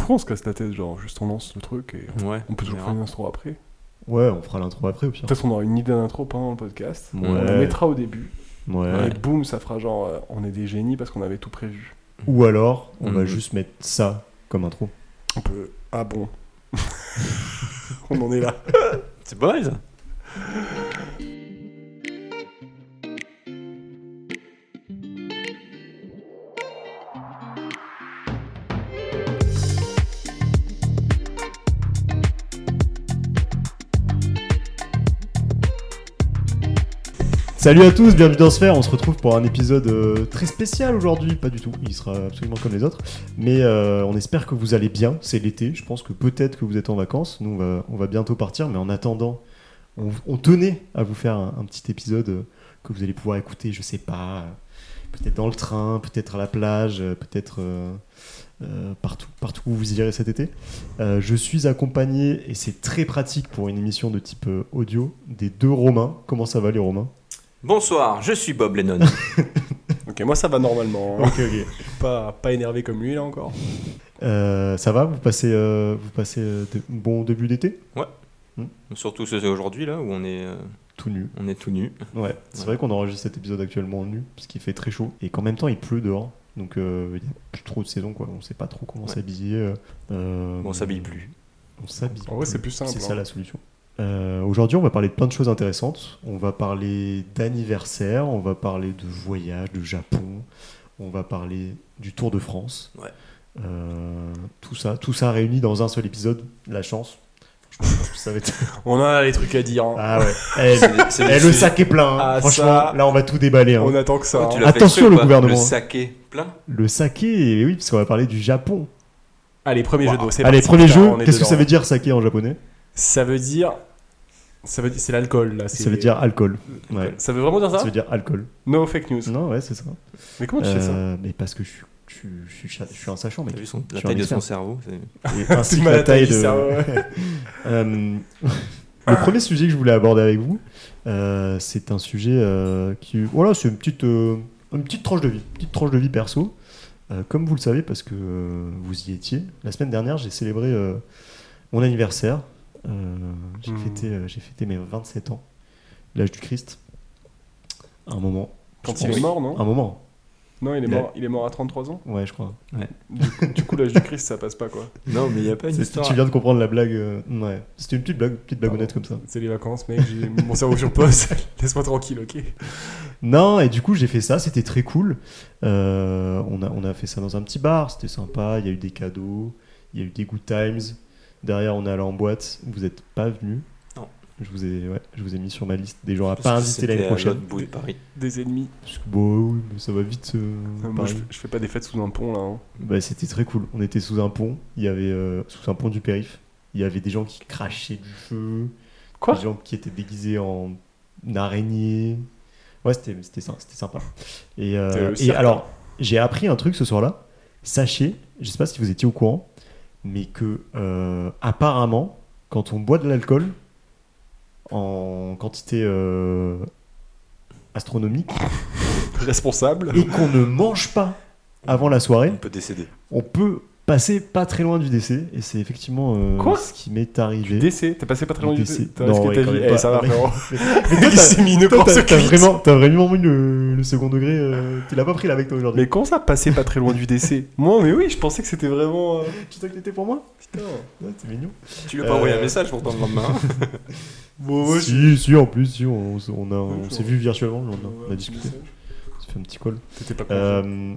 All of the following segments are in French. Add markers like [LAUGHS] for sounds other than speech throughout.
fois, on se casse la tête, genre, juste on lance le truc et Ouais. on peut toujours verra. faire une intro après. Ouais, on fera l'intro après au pire. Peut-être on aura une idée d'intro pendant le podcast. Ouais. On la mettra au début. Ouais. Et boum, ça fera genre, euh, on est des génies parce qu'on avait tout prévu. Ou alors, on va Mhm. juste mettre ça comme intro. On peut. Ah bon. [LAUGHS] on en est là. C'est pas mal ça. Salut à tous, bienvenue dans Sphère. On se retrouve pour un épisode euh, très spécial aujourd'hui. Pas du tout, il sera absolument comme les autres. Mais euh, on espère que vous allez bien. C'est l'été, je pense que peut-être que vous êtes en vacances. Nous, on va, on va bientôt partir, mais en attendant, on, on tenait à vous faire un, un petit épisode euh, que vous allez pouvoir écouter, je sais pas, euh, peut-être dans le train, peut-être à la plage, euh, peut-être euh, euh, partout, partout où vous irez cet été. Euh, je suis accompagné, et c'est très pratique pour une émission de type euh, audio, des deux Romains. Comment ça va les Romains Bonsoir, je suis Bob Lennon. [LAUGHS] Ok, moi ça va normalement. hein. Ok, ok. Je suis Pas, pas énervé comme lui là encore. Euh, ça va Vous passez, euh, vous passez euh, de- un bon début d'été Surtout ce aujourd'hui là où on est, euh, Tout nu. on est tout nu. Ouais. C'est Ouais. vrai qu'on enregistre cet épisode actuellement nu, parce qu'il fait très chaud. Et qu'en même temps, il pleut dehors. Donc, euh, il n'y a plus trop de saison, quoi. On sait pas trop comment Ouais. s'habiller. euh, euh, Bon, on s'habille plus. On s'habille. En vrai, c'est plus simple, C'est hein. ça la solution. Euh, Aujourd'hui, on va parler de plein de choses intéressantes. On va parler d'anniversaire, on va parler de voyage, de Japon, on va parler du Tour de France. Ouais. Euh, tout ça, tout ça réuni dans un seul épisode. La chance. Franchement, je pense que ça [LAUGHS] va être. On a les trucs à dire. hein. Ah ouais. Eh, C'est- eh, le c'est- sac est plein. hein. Ah, Franchement, ça. là, on va tout déballer. hein. On attend que ça. Oh, tu hein. l'as fait exprès Attention, ou le pas gouvernement. Le saké plein. Le saké, eh oui, parce qu'on va parler du Japon. Allez, premier jeu de mots. c'est Allez, parti, premier putain, jeu. on est Qu'est-ce que ça dedans. hein. veut dire saké en japonais Ça veut dire. Ça veut dire. C'est l'alcool là. c'est- Ça veut dire alcool. Ouais. Ça veut vraiment dire ça Ça veut dire alcool. No fake news. Non, ouais, c'est ça. Mais [LAUGHS] comment tu fais ça Euh, Mais parce que je suis, je suis- je suis, cha- je suis un sachant, T'as mec. vu son- Je la suis taille un de son expert. cerveau c'est- Et ainsi que Mal la taille attaqué, de. ça, ouais. [LAUGHS] Euh, le premier sujet que je voulais aborder avec vous, euh, c'est un sujet euh, qui. Voilà, c'est une petite, euh, une petite tranche de vie, une petite tranche de vie perso. Euh, comme vous le savez, parce que euh, vous y étiez, la semaine dernière, j'ai célébré euh, mon anniversaire. Euh, j'ai Hmm. fêté, euh, j'ai fêté mes 27 ans, l'âge du Christ. Un moment. Quand je il est pense. mort, non Un moment, Non, il est Il a- mort. Il est mort à 33 ans. ouais, je crois. Du coup, l'âge du Christ, ça passe pas quoi. Non, mais il n'y a pas une C'est- histoire. Oh. Tu viens de comprendre la blague. euh, ouais. C'était une petite blague, petite blagonnette comme ça. C'est les vacances, mec. J'ai mis mon cerveau sur pause. Laisse-moi tranquille, ok. Non, et du coup, j'ai fait ça, c'était très cool. Euh, on, a, on a fait ça dans un petit bar, c'était sympa. Il y a eu des cadeaux, il y a eu des good times. Derrière, on est allé en boîte. Vous n'êtes pas venu. Non. Je vous, ai, ouais, je vous ai mis sur ma liste des gens à Parce pas que inviter l'année c'était à prochaine. l'autre bout de Paris. Des ennemis. Parce que, bon, oui, mais ça va vite. euh, Euh, Moi, Paris. je, je fais pas des fêtes sous un pont là. hein. Bah, c'était très cool. On était sous un pont. Il y avait euh, sous un pont du périph. Il y avait des gens qui crachaient du feu. Quoi Des gens qui étaient déguisés en araignée. Ouais, c'était c'était sy- c'était sympa. Et, euh, T'es le et cirque. alors, j'ai appris un truc ce soir-là. Sachez, je sais pas si vous étiez au courant, mais que euh, apparemment, quand on boit de l'alcool en quantité euh, astronomique Responsable. et qu'on ne mange pas avant la soirée, On peut décéder. on peut passer pas très loin du décès et c'est effectivement euh, Quoi ce qui m'est arrivé. Décès. T'as passé pas très loin du Décès. T'as Non, risqué ouais, ta quand vie. même Eh, pas. ça va, Mais- frérot. Mais- Le [LAUGHS] mais mec, toi, il t'as- s'est mis toi, n'importe t'as t'as quoi. vraiment, t'as vraiment mis le, le second degré. euh, tu l'as pas pris là avec toi aujourd'hui. Mais comment ça, passer pas très loin du décès Moi, mais oui, je pensais que c'était vraiment. euh, tu sais que t'étais pour moi Putain. Ouais, C'est mignon. Tu lui as Euh, pas envoyé un message pourtant le lendemain. hein. Bon, Oh, ouais, je- si, si, en plus, si, on, on, on a- Oui, on je s'est vois. vu virtuellement, on a, on a discuté. On s'est fait un petit call. T'étais pas content. Euh,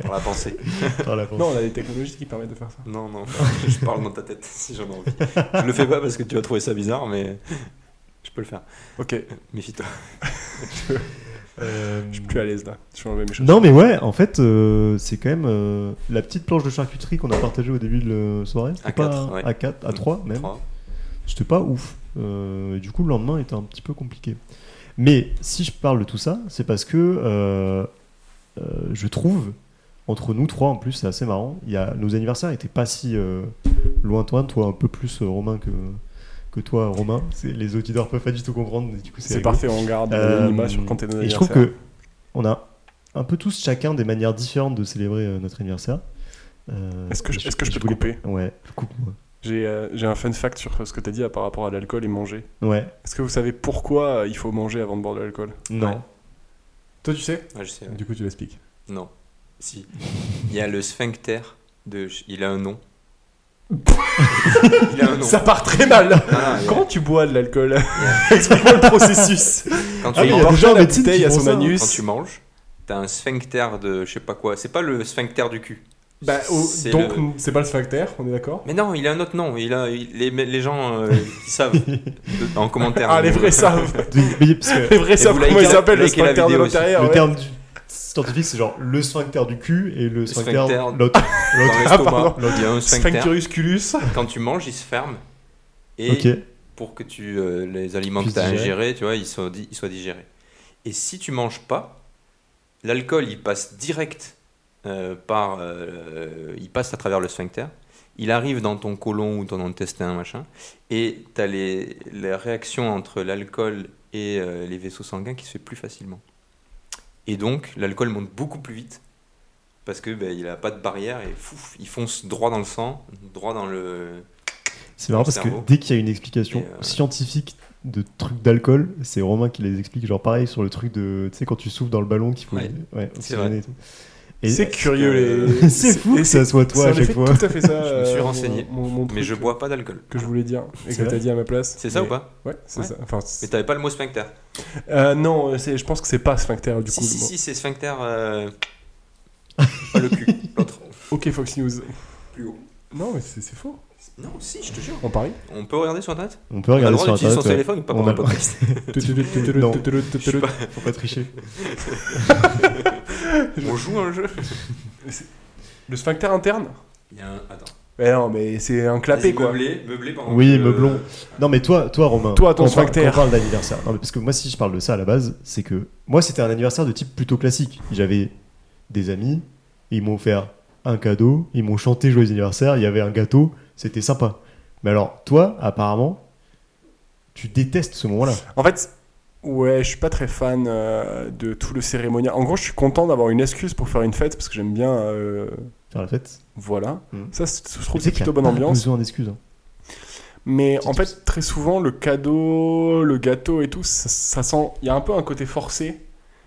Par la pensée. par la [LAUGHS] France. Non, on a des technologies qui permettent de faire ça. Non, non, [LAUGHS] je parle dans ta tête si j'en ai envie. Je le fais pas parce que tu vas trouver ça bizarre, mais je peux le faire. Ok, Méfie-toi. [LAUGHS] Euh, je suis plus à l'aise là. Je suis enlevé mes choses. Non, mais ouais, en fait, euh, c'est quand même euh, la petite planche de charcuterie qu'on a partagée au début de la soirée. c'était À pas quatre, ouais. À 4, à 3 même. Trois. C'était pas ouf. Euh, et du coup, le lendemain était un petit peu compliqué. Mais si je parle de tout ça, c'est parce que euh, euh, je trouve, entre nous trois en plus, c'est assez marrant, il y a, nos anniversaires n'étaient pas si euh, lointains, toi un peu plus euh, Romain que, que toi Romain. C'est- Les auditeurs peuvent pas du tout comprendre, mais du coup c'est C'est rigolo. parfait, on garde Euh, l'anonymat sur quand t'es Et je trouve que on a un peu tous chacun des manières différentes de célébrer euh, notre anniversaire. Euh, Est-ce que je- est-ce que je peux te voulais- couper Ouais, coupe-moi. J'ai euh, j'ai un fun fact sur ce que t'as dit euh, par rapport à l'alcool et manger. Ouais, Est-ce que vous savez pourquoi euh, il faut manger avant de boire de l'alcool non. Ouais. Toi, tu sais Ah, je sais. ouais. Du coup, tu l'expliques. Non. Si. Il y a le sphincter. De... Il a un nom. il a un nom. Ça part très mal Non, Ah, non, il y a- Quand tu bois de l'alcool, [LAUGHS] explique-moi le processus. quand tu Ah oui, il y a manges- des gens en la médecine bouteille qui à font son ça, hein. anus. quand tu manges, t'as un sphincter de je sais pas quoi. C'est pas le sphincter du cul. Bah, oh, C'est donc, le- c'est pas le sphincter, on est d'accord Mais non, il a un autre nom. Il a, il- les, les gens euh, qui savent de- en commentaire. euh, Ah, les nous- vrais [LAUGHS] savent De- mais parce que Les vrais savent vous l'avez comment ils quel- s'appellent vous le l'avez quel sphincter de vidéo aussi l'intérieur le ouais. terme du- scientifique, c'est genre le sphincter du cul et le sphincter, sphincter- Dans l'autre. l'autre. l'estomac, pardon. il y a un sphincter. Sphincterus culus. Quand tu manges, il se ferme. Et Ok. pour que tu, euh, les aliments que Puisse tu as digérer. ingérés, tu vois, ils soient, di- ils soient digérés. Et si tu manges pas, l'alcool, il passe direct euh, par... euh, il passe à travers le sphincter. Il arrive dans ton côlon ou ton intestin, machin. Et tu as les, les réactions entre l'alcool et euh, les vaisseaux sanguins qui se fait plus facilement. Et donc, l'alcool monte beaucoup plus vite. Parce que ben, il a pas de barrière et fouf, il fonce droit dans le sang, droit dans le. C'est marrant parce que cerveau. dès qu'il y a une explication Et, euh, scientifique de trucs d'alcool, c'est Romain qui les explique. Genre pareil sur le truc de, tu sais, quand tu souffles dans le ballon qu'il faut. Ouais. ouais, C'est oxygéner vrai. et tout. Et- C'est curieux les. [LAUGHS] c'est fou que et ça soit toi c'est à en chaque effet fois. tout à fait ça. [LAUGHS] Je me suis euh, mon- renseigné. mon- mon Mais truc je bois pas d'alcool. Que je voulais dire et C'est que vrai t'as dit à ma place. C'est ça Mais- ou pas Ouais, c'est Ouais. ça. Enfin, Mais c'est- t'avais pas le mot sphincter. Euh, non, c'est- je pense que c'est pas sphincter du si, coup. si, le mot. si, c'est sphincter. euh, Pas le cul, [LAUGHS] l'autre. Ok, Fox News. Plus haut. Non, mais c'est c'est faux. Non, si, je te jure. On [LAUGHS] parie On peut regarder sur internet On peut On a le regarder droit sur d'utiliser son internet. ouais. téléphone ou pas On pendant a le le [LAUGHS] podcast Non. Je sais pas. Faut pas tricher. On joue à [LAUGHS] un jeu Le sphincter interne Il y a un. Attends. Mais non, mais c'est un clapet Vas-y, quoi. Meublé, meublé pendant Oui, que- meublon. Non mais toi, toi Romain, euh, Toi, ton quand on parle- sphincter. quand on parle d'anniversaire. Non mais parce que moi si je parle de ça à la base, c'est que moi c'était un anniversaire de type plutôt classique. J'avais des amis, ils m'ont offert un cadeau, ils m'ont chanté joyeux anniversaire, il y avait un gâteau, c'était sympa. Mais alors toi, apparemment, tu détestes ce moment-là. En fait, ouais, je suis pas très fan euh, de tout le cérémonial. En gros, je suis content d'avoir une excuse pour faire une fête parce que j'aime bien. euh, Faire la fête. voilà. Hmm. Mm. Ça, c'est- je trouve Tu que c'est sais qu'il y plutôt a bonne pas ambiance. Besoin d'excuses. hein. Mais Petit en tips. fait, très souvent, le cadeau, le gâteau et tout, ça, ça sent. Il y a un peu un côté forcé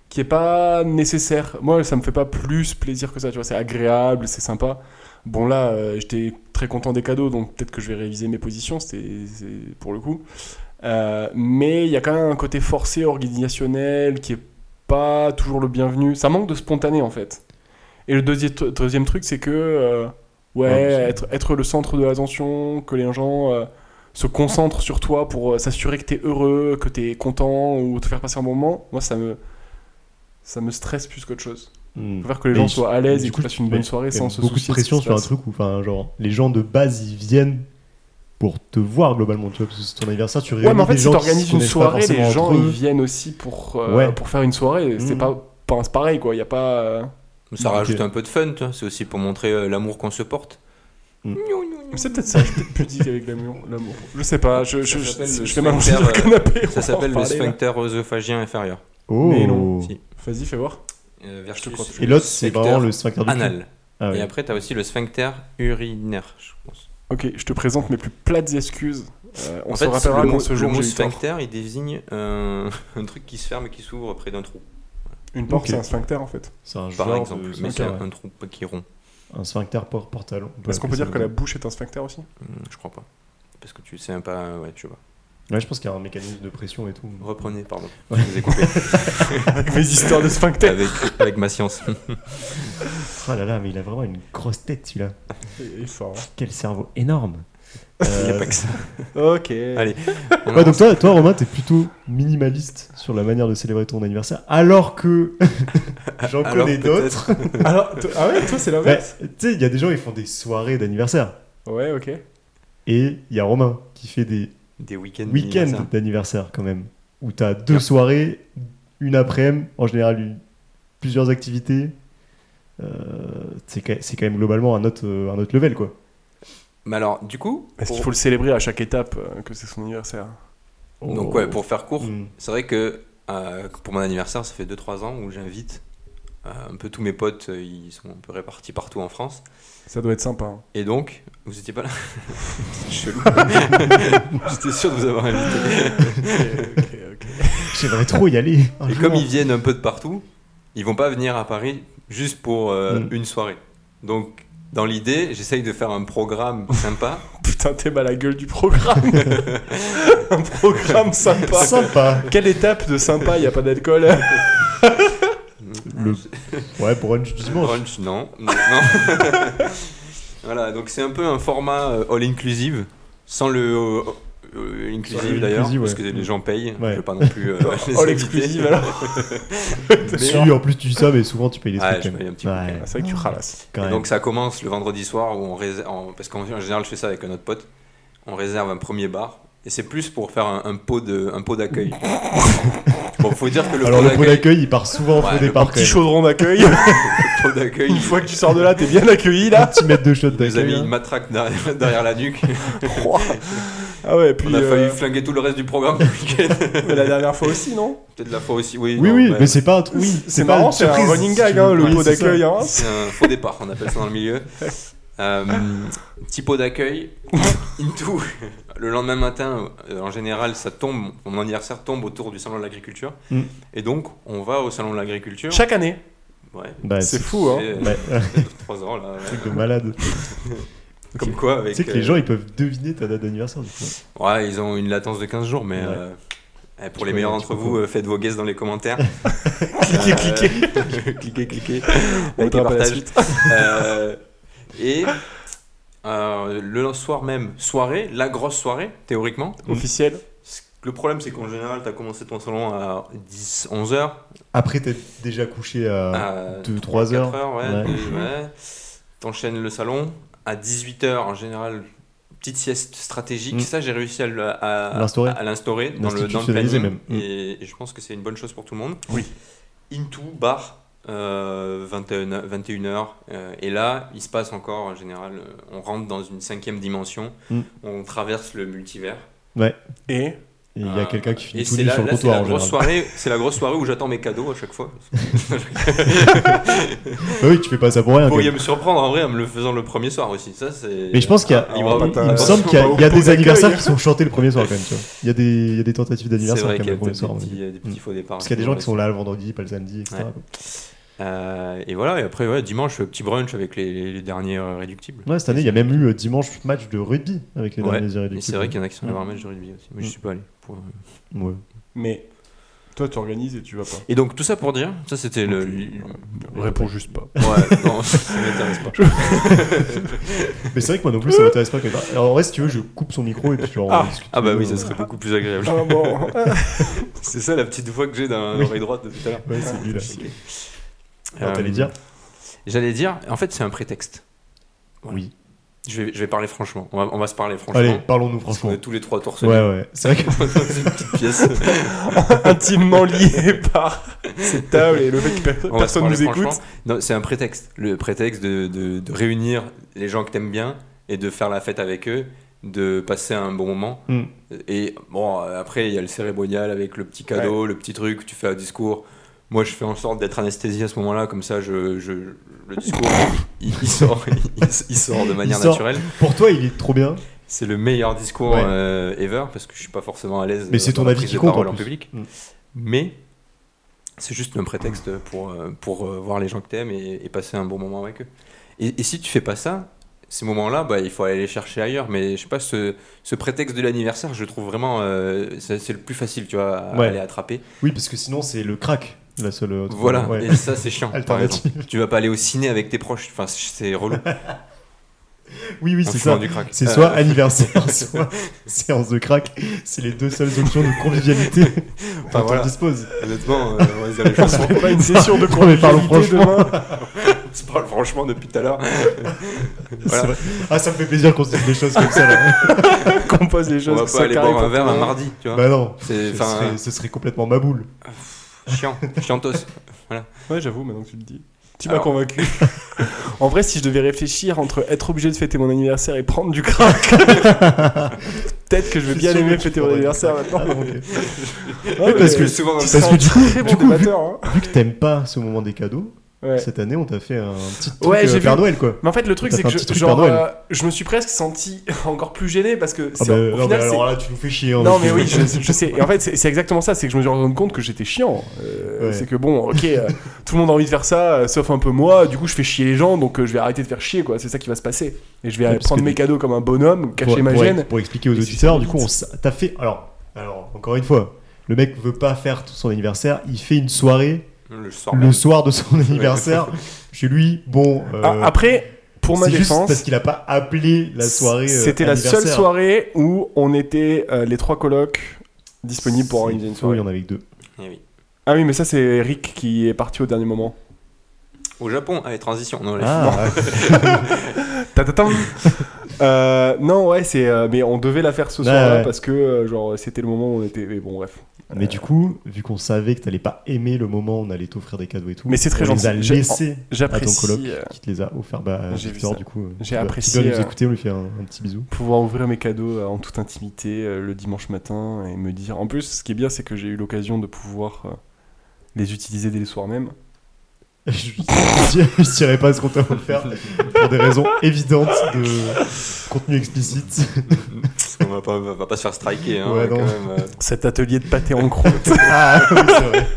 qui est pas nécessaire. Moi, ça me fait pas plus plaisir que ça. Tu vois, c'est agréable, c'est sympa. Bon là, euh, j'étais très content des cadeaux, donc peut-être que je vais réviser mes positions. C'était c'est- pour le coup. Euh, mais il y a quand même un côté forcé, organisationnel, qui est pas toujours le bienvenu. Ça manque de spontané en fait. Et le deuxi- deuxième truc, c'est que euh, ouais, Ouais, c'est- être, être le centre de l'attention, que les gens euh, se concentrent sur toi pour euh, s'assurer que t'es heureux, que t'es content ou te faire passer un bon moment. Moi, ça me ça me stresse plus qu'autre chose. Hmm. Je préfère que les Mais gens du- soient à l'aise du et coup, qu'ils passent tu une mets bonne soirée quand sans même se beaucoup de soucier ce qui pression se sur un passe. truc où enfin genre les gens de base ils viennent pour te voir globalement tu vois parce que c'est ton anniversaire tu réunis Ouais, mais en fait, des si gens qui t'organises se une connaissent pas soirée, forcément les gens entre ils eux. viennent aussi pour, euh, Ouais. pour faire une soirée. C'est Mhm. pas, pas c'est pareil quoi. Il y a pas. euh, Ça Ok. rajoute un peu de fun, tu vois. C'est aussi pour montrer euh, l'amour qu'on se porte. C'est peut-être ça. Je suis peut-être pudique avec l'amour. l'amour. Je sais pas. Je, je, Ça je, s'appelle je le fais m'allonger sphincter, euh, sur le canapé. on va Ça en s'appelle le parler, là. sphincter œsophagien inférieur. oh Mais non. Si. Vas-y, fais voir. Euh, Je te crois. versus et l'autre c'est sphincter vraiment le sphincter du cul. anal. Ah ouais. Et après, t'as aussi le sphincter urinaire, je pense. Ok, je te présente mes plus plates excuses. Euh, on En se fait, rappellera le quand mot, ce le jour mot j'ai eu tort. sphincter, il désigne euh, [LAUGHS] un truc qui se ferme et qui s'ouvre près d'un trou, Une porte, Ok. c'est un sphincter en fait. c'est un par genre exemple. de Mais c'est sphincter, un, ouais. un trou qui est rond, un sphincter por- portal on euh, peut Est-ce qu'on peut appeler dire ça que la comme bouche est un sphincter aussi [LAUGHS] Hmm, je crois pas. Parce que tu sais un pas, ouais, tu vois. ça. ouais je pense qu'il y a un mécanisme de pression et tout Reprenez, pardon. Je vous ai [LAUGHS] coupé Avec mes histoires de [LAUGHS] sphincter. avec, avec ma [LAUGHS] science. [LAUGHS] ah là là mais il a vraiment une grosse tête celui-là Il est fort. hein. quel cerveau [LAUGHS] énorme Il y a Euh, pas que ça. Ok. Allez. hein. On Ouais, donc avance. toi, toi Romain, t'es plutôt minimaliste sur la manière de célébrer ton anniversaire, alors que [LAUGHS] j'en Alors, connais d'autres. Alors, to- ah ouais, toi c'est Ouais, l'inverse. Bah, tu sais, il y a des gens, ils font des soirées d'anniversaire. Ouais, ok. Et il y a Romain qui fait des Des week-ends. week-ends d'anniversaire. d'anniversaire quand même, où t'as deux soirées, une après-midi, en général une- plusieurs activités. Euh, c'est quand c'est quand même globalement un autre, euh, un autre level quoi. Mais alors, du coup, Est-ce pour- qu'il faut le célébrer à chaque étape euh, que c'est son anniversaire donc Oh. ouais, pour faire court, Mm. c'est vrai que euh, pour mon anniversaire, ça fait 2-3 ans où j'invite euh, un peu tous mes potes, euh, ils sont un peu répartis partout en France. Ça doit être sympa. hein. [LAUGHS] Et donc, vous étiez pas là [LAUGHS] C'est Chelou. [LAUGHS] J'étais sûr de vous avoir invité. J'aimerais trop y aller. [LAUGHS] un Et jour. comme ils viennent un peu de partout, ils vont pas venir à Paris juste pour euh, Mm. une soirée. Donc, dans l'idée, j'essaye de faire un [LAUGHS] programme sympa. Putain, t'es mal à la gueule du programme. un programme sympa. [LAUGHS] Sympa. Quelle étape de sympa, y a pas d'alcool Le- Ouais, pour du dimanche. Brunch, non. non, [LAUGHS] non. voilà, donc c'est un peu un format euh, all inclusive, sans le euh, euh, inclusive All d'ailleurs, inclusive, parce que ouais. Mm. les gens payent. Ouais. Je veux pas non plus [LAUGHS] euh, les All inviter. exclusive alors. Si, en plus tu dis ça, mais souvent tu payes les Ouais, trucs. je quand paye même. un petit peu, quand même. Ah, C'est vrai que tu ralasses. quand Et même. donc ça commence le vendredi soir où on réserve, en- parce qu'en en général je fais ça avec un autre pote, on réserve un premier bar et c'est plus pour faire un, un pot de un pot d'accueil. bon, faut dire que le Alors pot le pot d'accueil, d'accueil, il part souvent Ouais, au le départ. Petit chaudron d'accueil. le pot [LAUGHS] d'accueil, Une fois que tu sors de là, t'es bien accueilli [LAUGHS] là. Petit mètre de shot il nous a mis d'accueil. une hein. matraque derrière, derrière la nuque. Ouah. Ah ouais, puis on a euh, failli flinguer tout le reste du programme. du week-end. la dernière fois aussi, non Peut-être la fois aussi, oui. Oui, non, bah, oui, mais- mais c'est pas un truc. Oui, C'est pas marrant, une c'est un surprise, running si gag, tu hein, veux. le Oui, pot c'est ça. d'accueil. Hein. C'est un faux départ, on appelle ça dans le [LAUGHS] milieu. Euh, petit pot d'accueil, into. Le lendemain matin, euh, en général, ça tombe, mon anniversaire tombe autour du salon de l'agriculture. Mm. Et donc, on va au salon de l'agriculture. Chaque année, Ouais, Bah, c'est fou, hein. c'est- [LAUGHS] Ouais, un [LAUGHS] c'est 3 ans là. ouais. truc de malade. [LAUGHS] Comme quoi, Tu avec. sais que les euh, gens ils peuvent deviner ta date d'anniversaire du coup. Ouais, ils ont une latence de 15 jours, mais. Ouais. euh, eh, pour Tu les peux- meilleurs tu d'entre peux vous, euh, faites vos guesses dans les commentaires. [LAUGHS] cliquez, Euh, [LAUGHS] cliquez. cliquez, cliquez. On Likez, mettra pas la partagez. suite. [LAUGHS] Euh, et euh, le soir même, soirée, la grosse soirée, théoriquement. Officiel. Le problème, c'est qu'en général, tu as commencé ton salon à 10, 11 heures. Après, t'es déjà couché à à 2, 3 4 Euh, heures. heures, ouais. Ouais. et ouais. T'enchaînes le salon. À 18 heures, en général, petite sieste stratégique. Mm. Ça, j'ai réussi à, le- à- À l'instaurer. à l'instaurer dans le, dans le L'institutionnaliser planning. même. Mm. Et, et je pense que c'est une bonne chose pour tout le monde. Oui. Into, bar, euh, 21, 21h. euh, et là, il se passe encore, en général, euh, on rentre dans une cinquième dimension. Mm. On traverse le multivers. Et Et il y a Euh, quelqu'un qui et finit tout c'est nu la- sur le là, comptoir en C'est la, grosse général. soirée- c'est la grosse soirée où j'attends mes cadeaux à chaque fois. Ah oui, tu fais pas ça Vous pour rien. quand même. pourriez me surprendre en vrai en me le faisant le premier soir aussi. Ça, c'est. Mais je pense qu'il y a. Ah, on va pas Il me t'as- semble qu'il y a, il y a Au pot des anniversaires d'accueil. qui sont chantés le premier soir quand même. [LAUGHS] Tu vois. Il, y a des, il y a des tentatives C'est d'anniversaire vrai quand qu'il y a même le premier peut-être soir. à des mon avis. petits, des petits faux départs. Parce qu'il y a des gens qui sont là le vendredi, pas le samedi, etc. Euh, et voilà, et après, ouais, dimanche, euh, petit brunch avec les, les derniers euh, réductibles. Ouais, cette année, il y a même eu euh, dimanche match de rugby avec les Ouais, derniers irréductibles. Et c'est vrai qu'il y en a qui sont allés voir un match de rugby aussi. Moi, je Mm. suis pas allé. pour- euh. Ouais. Mais toi, tu organises et tu vas pas. Et donc, tout ça pour dire, ça c'était le. euh, Réponds juste pas. [LAUGHS] Ouais, non, [LAUGHS] ça m'intéresse pas. Mais c'est vrai que moi non plus, ça m'intéresse pas. Quand même. Alors, en vrai, si tu veux, je coupe son micro et puis genre, on Ah. discute. Ah bah oui, Euh, ça serait beaucoup plus [LAUGHS] agréable. Ah bon. [LAUGHS] C'est ça la petite voix que j'ai dans l'oreille droite de tout à l'heure. Ouais, c'est nul. là. Ok. Alors, T'allais Euh, dire J'allais dire, en fait, c'est un prétexte. Voilà. Oui. Je vais, je vais parler franchement. On va, on va se parler franchement. Allez, parlons-nous Parce qu'on franchement. est tous les trois torse Ouais, nu ouais. C'est vrai que. [LAUGHS] [LAUGHS] dans une petite pièce. Intimement lié par cette table et le fait que per- On va se personne parler nous écoute. franchement. Non, c'est un prétexte. Le prétexte de, de- de réunir les gens que t'aimes bien et de faire la fête avec eux, de passer un bon moment. Mm. Et bon, euh, après, il y a le cérémonial avec le petit cadeau, le petit truc, tu fais un discours. Moi, je fais en sorte d'être anesthésié à ce moment-là, comme ça, je, je- le discours, il, il sort, [LAUGHS] il, il sort de manière sort. naturelle. Pour toi, il est trop bien. C'est le meilleur discours Ouais. euh, ever parce que je suis pas forcément à l'aise. Mais euh, c'est dans ton la avis prise qui de compte, parole en en plus. public. Mm. Mais c'est juste un prétexte pour, euh, pour euh, voir les gens que t'aimes et, et passer un bon moment avec eux. Et, et si tu fais pas ça, ces moments-là, bah, il faut aller les chercher ailleurs. Mais je sais pas, ce, ce prétexte de l'anniversaire, je trouve vraiment euh, c'est c'est le plus facile, tu vois, à Ouais. aller attraper. Oui, parce que sinon, c'est le crack, la seule. autre- Voilà. Ouais. Et ça, c'est chiant. par exemple. Alternative. [LAUGHS] tu vas pas aller au ciné avec tes proches. Enfin, c'est relou. Oui, oui, [LAUGHS] c'est Influent ça. du crack. C'est Euh, soit anniversaire, [LAUGHS] soit séance de crack. C'est les deux seules options de convivialité dont Enfin, voilà. on dispose. Honnêtement, euh, on va se dire les [LAUGHS] choses. On ferait pas une session de Non, mais parlons convivialité franchement. demain. [LAUGHS] On se parle franchement depuis tout à l'heure. C'est Voilà. vrai. Ah, ça me fait plaisir qu'on se dise des choses comme [LAUGHS] ça. là. Qu'on pose les On choses. va qui pas sont aller carrées boire un pour verre tout un le monde. mardi, tu vois. bah non, C'est ce enfin, serait, ce serait complètement ma [LAUGHS] boule. Bah. chiant, chiantos. Ouais, j'avoue, maintenant que tu le dis. Tu m'as Alors. [LAUGHS] convaincu. en vrai, si je devais réfléchir entre être obligé de fêter mon anniversaire et prendre du [LAUGHS] crack, peut-être que je vais suis bien sûr aimer que tu fêter mon prendrais du anniversaire crack. maintenant. Ah, ok. Ouais, parce mais que- souvent, tu [LAUGHS] parce seras que un du coup- très bon du coup, vu- débatteur, hein. Vu que t'aimes pas ce moment des cadeaux, Ouais. Cette année, on t'a fait un petit truc Ouais, euh, j'ai Père vu. Noël, quoi. Mais en fait, le truc, T'as c'est fait que un je, petit truc genre, Père Noël. euh, je me suis presque senti [LAUGHS] encore plus gêné parce que Ah c'est bah, au non, final, mais c'est- alors là, tu nous fais chier. Non, hein, parce mais que- oui, je, [LAUGHS] je sais. Et en fait, c'est c'est exactement ça. C'est que je me suis rendu compte que j'étais chiant. Euh, Ouais. C'est que bon, ok, euh, tout le monde a envie de faire ça, euh, sauf un peu moi. Du coup, je fais chier les gens, donc euh, je vais arrêter de faire chier, quoi. C'est ça qui va se passer. Et je vais Ouais, aller parce prendre que mes des- cadeaux comme un bonhomme, cacher pour, ma pour- gêne. pour expliquer aux Et c'est auditeurs, ça, du coup, on s- t'as fait. Alors, alors, encore une fois, le mec veut pas faire tout son anniversaire. Il fait une soirée euh, Le soir. le même. soir de son [LAUGHS] anniversaire chez lui. Bon, euh, Ah, après, pour ma c'est juste défense, parce qu'il a pas appelé la soirée. euh, c'était la seule anniversaire. soirée où on était euh, les trois colocs disponibles pour C'est organiser une faux, soirée. Il y en avait que deux. Eh oui. Ah oui, mais ça, c'est Eric qui est parti au dernier moment. Au Japon, allez, transition. Non, allez. Ah, [LAUGHS] Tatatam. Euh, non, ouais, c'est. euh, mais on devait la faire ce Ouais, soir-là ouais. parce que, euh, genre, c'était le moment où on était. Mais bon, bref. mais du coup, vu qu'on savait que t'allais pas aimer le moment où on allait t'offrir des cadeaux et tout, Mais c'est très on les a gentil. J'ai- laissés à ton J'apprécie coloc euh, qui te les a offerts. Bah, J'ai vu Victor, ça. du coup, euh, J'ai qui doit- apprécié, Qui doit nous euh, écouter, on lui fait un, un petit bisou. [LAUGHS] pouvoir ouvrir mes cadeaux euh, en toute intimité euh, le dimanche matin et me dire. En plus, ce qui est bien, c'est que j'ai eu l'occasion de pouvoir euh, les utiliser dès le soir même. je je dirais pas ce qu'on t'a offert pour des raisons évidentes de contenu explicite. [LAUGHS] on va pas, on va pas se faire striker. Hein, Ouais, quand non. même, euh. Cet atelier de pâté en [LAUGHS] croûte. Ah oui, c'est vrai.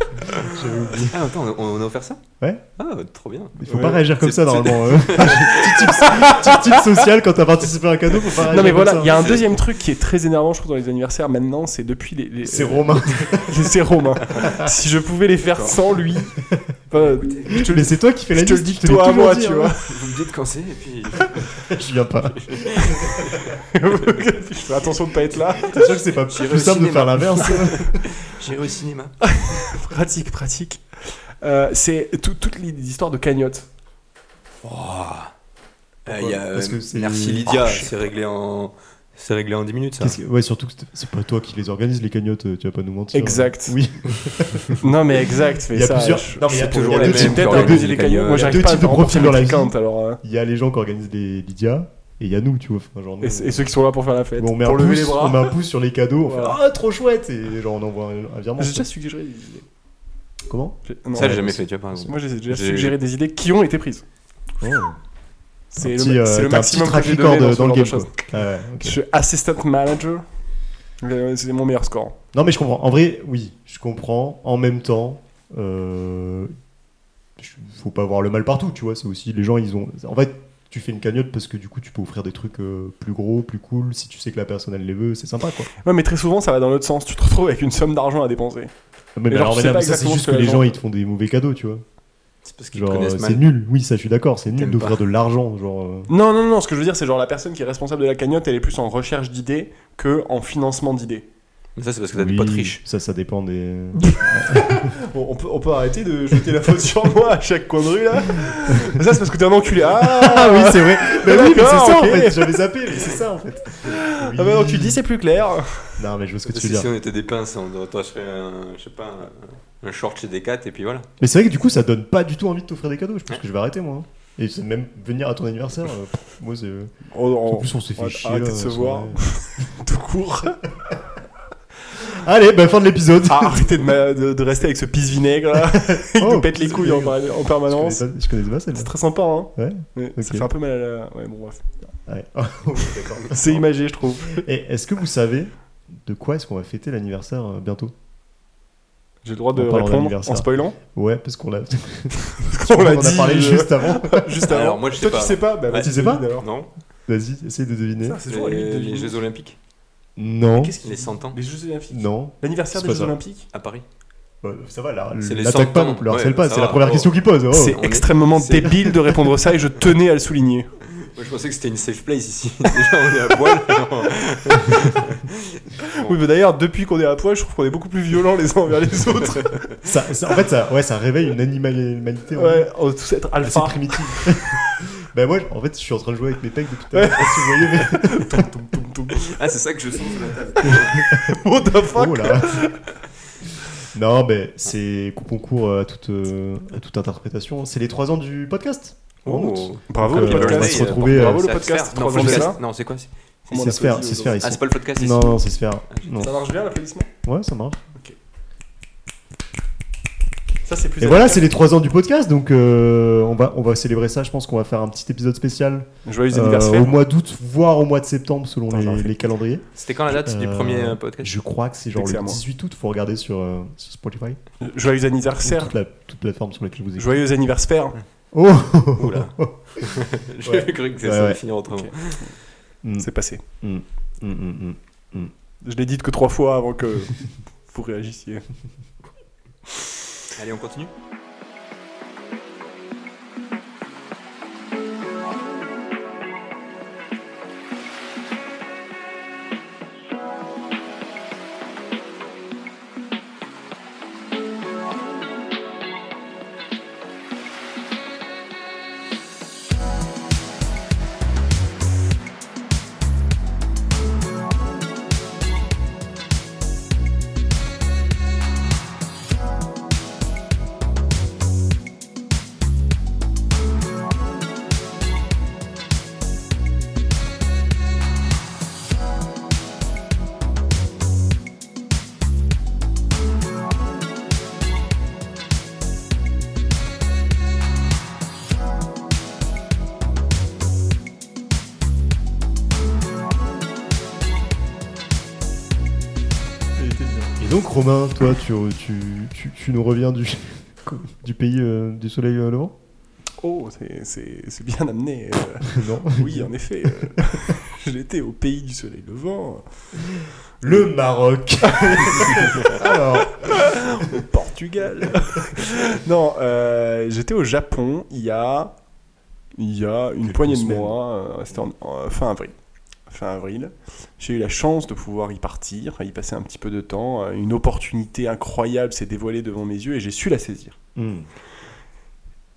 J'avais oublié. Ah, attends, on, on a offert ça Ouais. Ah, trop bien. Il faut Ouais. pas réagir comme C'est- ça [LAUGHS] normalement. euh. petit, tip, petit tip social quand t'as participé à un cadeau, faut pas réagir non, mais comme voilà, ça. hein. il y a un deuxième truc qui est très énervant, je trouve, dans les anniversaires maintenant, c'est depuis les. les- C'est Romain. [LAUGHS] C'est Romain. [LAUGHS] si je pouvais les faire sans lui. Enfin, je te Mais le c'est toi qui fais la je te le liste, dis je te l'ai toi à toujours moi, dit, tu hein. vois. [LAUGHS] Vous me dites quand c'est, et puis. [LAUGHS] Je [LAUGHS] viens pas. je fais attention de pas être là. T'es sûr que c'est pas J'irai plus au simple de cinéma. [LAUGHS] faire l'inverse hein J'irai au cinéma. Pratique, pratique. Euh, c'est tout- toutes les histoires de cagnotte. Oh. Euh, il y a, Parce euh, que c'est- Merci Lydia, Oh, je sais c'est réglé en. C'est réglé en 10 minutes ça. Qu'est-ce que- Ouais, surtout que c'est- c'est pas toi qui les organise les cagnottes, euh, tu vas pas nous mentir. Exact. Oui, Non, mais exact. Mais il y a ça, plusieurs. je- Non, mais il y a c'est toujours il y a les deux J'ai mêmes types- peut-être qui organisent organisé les les cagnottes. Moi, cagnottes. j'arrive Deux pas à types de me remplir profils dans la mes vie. 50, alors. euh, Il y a les gens qui organisent les Lydia et il y a nous, tu vois. Enfin, genre, nous, Et, et ceux qui sont là pour faire la fête. Bon, on, met pour un lever pouce, les on bras. met un pouce sur les cadeaux, on fait Voilà. Ah, trop chouette Et genre, on envoie un, un virement. J'ai déjà suggéré des idées. Comment J'ai- non, Ça, j'ai ouais, jamais fait, tu vois, par exemple. Moi, j'ai déjà J'ai- suggéré des idées qui ont été prises. Un C'est le, petit, ma- euh, c'est le t'as Oh. un maximum petit que track j'ai record donné euh, dans, ce dans le genre de game. choses. quoi. Ah ouais, ok. Je suis assistant manager. Euh, C'est mon meilleur score. Non, mais je comprends. En vrai, oui, je comprends. En même temps, euh, je- faut pas voir le mal partout, tu vois. C'est aussi les gens, ils ont. En fait, tu fais une cagnotte parce que du coup, tu peux offrir des trucs euh, plus gros, plus cool. Si tu sais que la personne elle les veut, c'est sympa, quoi. Ouais, mais très souvent, ça va dans l'autre sens. Tu te retrouves avec une somme d'argent à dépenser. Mais, Mais genre, alors, tu sais madame, pas ça, c'est exactement juste ce que que les les gens gens- ils te font des mauvais cadeaux, tu vois. C'est parce qu'ils te Genre, euh, connaissent c'est mal. nul. Oui, ça, je suis d'accord. C'est nul T'aimes d'offrir pas. de l'argent, genre. euh, Non, non, non, ce que je veux dire, c'est genre la personne qui est responsable de la cagnotte, elle est plus en recherche d'idées que en financement d'idées. Mais ça, c'est parce que t'as des oui, potes riches. Ça, ça dépend des. On, on peut, on peut arrêter de jeter la faute sur moi à chaque coin de rue là [LAUGHS] Ça, c'est parce que t'es un enculé. Ah Ah oui, c'est vrai. [LAUGHS] Mais oui, mais c'est D'accord, ça en ok. fait. J'avais zappé, mais c'est ça en fait. Oui. Ah bah donc tu dis, c'est plus clair. Non, mais je vois ce que tu Si, veux dire. si on était des pinces, on doit- toi, je serais un, je sais pas, un, un short chez Decat, et puis voilà. Mais c'est vrai que du coup, ça donne pas du tout envie de t'offrir des cadeaux. Je pense que je vais arrêter moi. Et c'est même venir à ton anniversaire. euh, pff, moi, c'est. On, En on- plus, on s'est fait va chier. arrêter là, de se la voir. soirée. tout court. Allez, bah, fin de l'épisode. Ah, [LAUGHS] arrêtez de, ma- de- de rester avec ce pisse vinaigre là. Il Oh, nous pète les pisse couilles en, vinaigre. par- en je permanence. connaissais pas, je connaissais pas C'est celle-là. très sympa, hein. Ouais, Mais Ça ok. fait un peu mal à la. Ouais, bon, bref. [LAUGHS] Ouais. Oh, d'accord. [LAUGHS] C'est imagé, je trouve. Et est-ce que vous savez de quoi est-ce qu'on va fêter l'anniversaire euh, bientôt J'ai le droit de On parle répondre en d'anniversaire. spoilant. Ouais, parce qu'on l'a. [LAUGHS] On l'a en dit. a parlé euh, juste avant. [LAUGHS] juste avant. Alors, moi, je sais Toi, pas. tu sais pas Bah, Ouais. vas-y, Tu sais pas devine, alors. Non Vas-y, essaye de deviner. Ça, c'est toujours la limite Les, de les Jeux Jeux Olympiques Non. Qu'est-ce qu'il Les 100 ans Les Jeux Olympiques. Non. L'anniversaire C'est des pas Jeux ça. Olympiques à Paris. Bah, ça va, là. C'est les L'attaque pas cent non plus, le ans. harcèle Ouais, pas. ça C'est la va. première Oh. question qu'il pose. oh. C'est on est- extrêmement c'est- débile de répondre ça et je tenais à le souligner. Moi, je pensais que c'était une safe place ici. [LAUGHS] Déjà, on est à poil. Oui, mais d'ailleurs, depuis qu'on est à poil, je trouve qu'on est beaucoup plus violents les uns envers [LAUGHS] les autres. Ça- ça- en fait, ça, ouais, ça réveille une animalité en Ouais, on va tous être nous. assez alpha. primitive. [LAUGHS] bah moi, en fait, je suis en train de jouer avec mes pecs depuis tout à l'heure. Je sais pas Si vous voyez, mais... Toum, toum, toum. Ah, c'est ça que je sens sous la table. What the fuck Oh là Non, mais c'est concours à toute, euh, à toute interprétation. C'est les 3 ans du podcast. Oh. en août. Bravo, Donc, le euh, on podcast. va se retrouver. Bravo, euh, le C'est à bah, se podcast, faire. trois Non, faut ans le déjà. faire. Non, c'est quoi c'est- Comment c'est on se faire, applaudit c'est se aux faire autres Ah, ici. c'est pas le podcast ici. Non, non, c'est se faire. Ah, Non. Ça marche bien l'applaudissement Ouais, ça marche. Ça, c'est plus. Et voilà, c'est les 3 ans du podcast, donc euh, on, va, on va célébrer ça. Je pense qu'on va faire un petit épisode spécial Joyeux euh, anniversaire. au mois d'août, voire au mois de septembre, selon Attends, j'en les, fais. les calendriers. C'était quand la date du Euh, premier euh, podcast Je crois que c'est genre C'est le à moi. 18 août, faut regarder sur, euh, sur Spotify. Joyeux Ou anniversaire. Toute la, toute plateforme sur laquelle vous écoutez. Joyeux anniversaire. [LAUGHS] Oh Oula. [LAUGHS] J'ai Ouais. cru que Ouais, ça allait ouais. finir autrement. Ok. Mm, C'est passé. mm, mm, mm. Je l'ai dit que trois fois avant [LAUGHS] que vous réagissiez. Allez, on continue Et donc, Romain, toi, tu, tu, tu, tu nous reviens du, [LAUGHS] du pays euh, du soleil euh, levant Oh, c'est- c'est c'est bien amené. euh. Non. Oui, en effet. euh, [LAUGHS] J'étais au pays du soleil levant, Le [LAUGHS] Maroc Alors, au [LAUGHS] Portugal. non, euh, j'étais au Japon il y a, il y a une Quelques poignée de semaines. mois, euh, c'était en- en- fin avril. Fin avril, j'ai eu la chance de pouvoir y partir, y passer un petit peu de temps. Euh, Une opportunité incroyable s'est dévoilée devant mes yeux et j'ai su la saisir. Mm.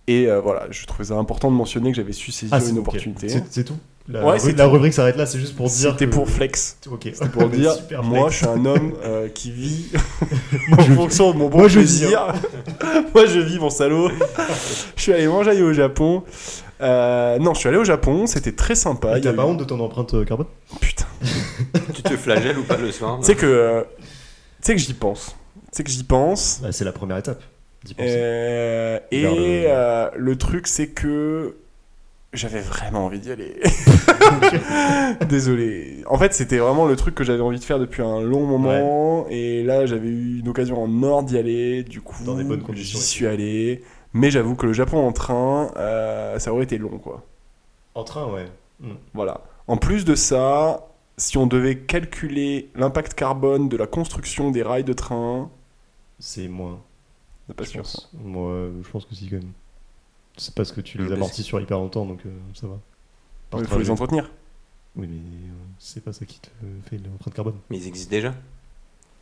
Et euh, voilà, je trouvais ça important de mentionner que j'avais su saisir Ah, c'est une ok. opportunité. C'est- C'est tout la, Ouais, ru- c'est la tout. rubrique s'arrête là, c'est juste pour dire. C'était que- pour flex. Ok. C'était [LAUGHS] [LAUGHS] pour Mais dire, super moi flex. je suis un homme euh, qui vit [LAUGHS] Moi, en je- fonction de mon bon moi, je plaisir. [LAUGHS] moi je vis mon salaud. je suis allé manger au Japon. Euh, non, je suis allé au Japon, c'était très sympa. Et Il y a T'as eu- pas honte de ton empreinte euh, carbone Putain. Tu te flagelles ou pas le soir Tu sais que, euh, tu sais que j'y pense. Tu sais que j'y pense. Bah, C'est la première étape. 10%. Euh, et Vers euh, le- le... truc, c'est que j'avais vraiment envie d'y [LAUGHS] aller. Désolé. En fait, c'était vraiment le truc que j'avais envie de faire depuis un long moment. Et là, j'avais eu une occasion en or d'y aller. Du coup, Dans des bonnes conditions, j'y suis allé. Mais j'avoue que le Japon en train, euh, ça aurait été long, quoi. En train, ouais. Voilà. En plus de ça, si on devait calculer l'impact carbone de la construction des rails de train, C'est moins. c'est pas je sûr. pense. Moi, euh, je pense que si, quand même. C'est parce que tu Le les basique. amortis sur hyper longtemps, donc euh, ça va. Il Par faut les trajet. entretenir. Oui, mais euh, c'est pas ça qui te fait l'empreinte carbone. Mais ils existent déjà.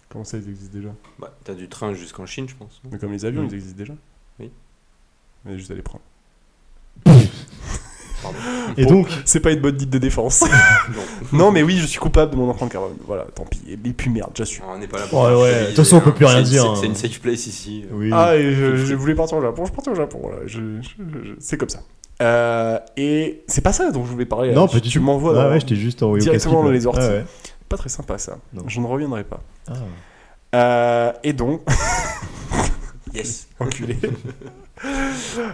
Comment ça, ils existent déjà Bah, t'as du train jusqu'en Chine, je pense. non Mais comme les avions, Mm. ils existent déjà. Oui. Mais juste à les prendre. Pardon. Et Bon. donc, C'est pas une bonne dite de défense. [LAUGHS] Non. non, mais oui, je suis coupable de mon empreinte carbone. Voilà, tant pis. Et et puis merde, j'assume. Ah, On n'est pas là Ouais, faire ouais, culpabiliser, de toute façon, on peut plus rien C'est- dire, c'est- hein. C'est une safe place ici. oui. Ah, et je, je voulais partir au Japon, je partais au Japon. Voilà. Je- je- je- c'est comme ça. Euh, et c'est pas ça dont je voulais parler. non, là. pas tu, du tu tout. m'envoies. Ah dans- ouais, je t'ai juste envoyé au directement casse-pipe, dans ouais. les orties. Ah ouais. Pas très sympa ça. Non. Je ne reviendrai pas. Ah. Euh, et donc, Yes. enculé. [LAUGHS]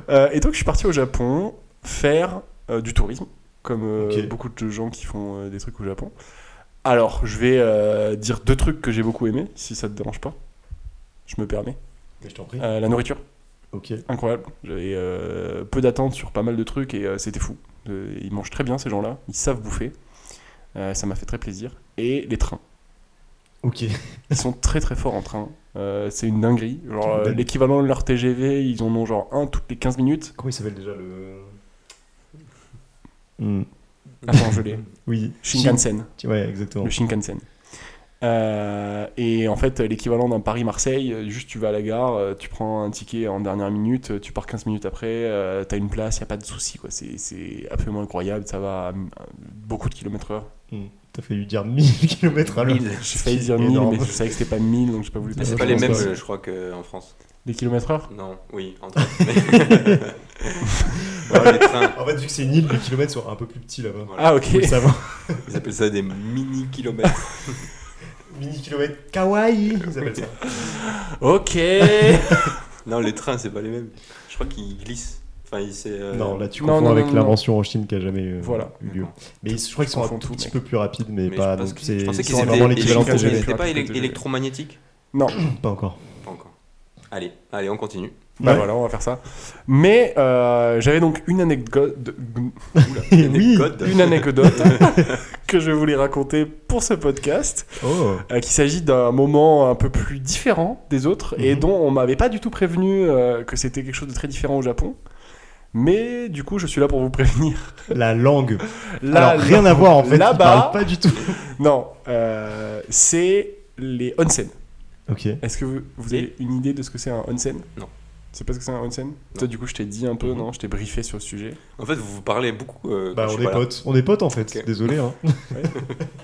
Euh, et donc, je suis parti au Japon faire euh, du tourisme, comme euh, Ok. beaucoup de gens qui font euh, des trucs au Japon. Alors, je vais euh, dire deux trucs que j'ai beaucoup aimé, si ça te dérange pas. Je me permets. Mais je t'en prie. Euh, la nourriture, Ok. incroyable. J'avais euh, peu d'attentes sur pas mal de trucs et euh, c'était fou. Euh, ils mangent très bien ces gens-là, ils savent bouffer. Euh, ça m'a fait très plaisir. Et les trains. Ok. Ils sont très très forts en train. Euh, c'est une dinguerie. Genre, euh, Dingue. l'équivalent de leur TGV, ils en ont genre un toutes les 15 minutes. [LAUGHS] Comment il s'appelle déjà le. Attends, je [LAUGHS] l'ai. Oui. Shinkansen. Shin- Ouais, exactement. Le Shinkansen. Euh, et en fait, l'équivalent d'un Paris-Marseille, euh, juste tu vas à la gare, euh, tu prends un ticket en dernière minute, euh, tu pars 15 minutes après, euh, t'as une place, y a pas de souci. quoi. C'est- C'est absolument incroyable, ça va à, à beaucoup de kilomètres heure. Mm. T'as failli dire [LAUGHS] 1000 km à l'heure. Mille. [LAUGHS] J'ai failli C'est dire 1000, énorme. mais je savais que c'était pas 1000, donc j'ai pas voulu Mais passer. c'est pas Ouais, je les pense mêmes, pas. euh, je crois, qu'en France. Les kilomètres heure Non, oui, [LAUGHS] en train. Voilà, les trains. En fait, vu que c'est une île, les kilomètres sont un peu plus petits [LAUGHS] là-bas. Voilà. Ah, ok. Faut le savoir. Ils appellent ça des mini-kilomètres. Mini kilomètre kawaii, ils appellent ça. Ok Non, les trains, c'est pas les mêmes. Je crois qu'ils glissent. Enfin, ils- c'est. euh, Non, là tu non, confonds non, avec non, l'invention en Chine qui a jamais euh, Voilà. eu lieu. D'accord. Mais ils- je crois Je qu'ils sont un confonds tout tout, petit mec. peu plus rapides, mais, mais pas. je, pense donc que- c'est je pensais qu'ils c'est sont étaient, vraiment ils l'équivalent efficaces, étaient- de- ils TGV. étaient pas élec- TGV. électromagnétiques Non, Pas encore. Pas encore. Allez, allez, on [LAUGHS] continue. bah Ouais. voilà, on va faire ça. Mais euh, j'avais donc une anecdote, Oula, Eh des oui. codes. une anecdote [LAUGHS] que je voulais raconter pour ce podcast. Oh. euh, qu'il s'agit d'un moment un peu plus différent des autres et Mhm. dont on m'avait pas du tout prévenu euh, que c'était quelque chose de très différent au Japon. Mais du coup, je suis là pour vous [LAUGHS] prévenir. La langue. Là, Alors rien là- à voir en fait. ils Là-bas, parlent Pas du tout. non, euh, c'est les onsen. Ok. Est-ce que vous, vous avez une idée de ce que c'est un onsen Non. C'est pas ce que c'est un onsen Toi, du coup, je t'ai dit un peu, Mhm. non Je t'ai briefé sur le sujet. En fait, vous vous parlez beaucoup. euh, quand Bah je on suis est pas là. potes. On est potes en fait. Ok. Désolé. Hein.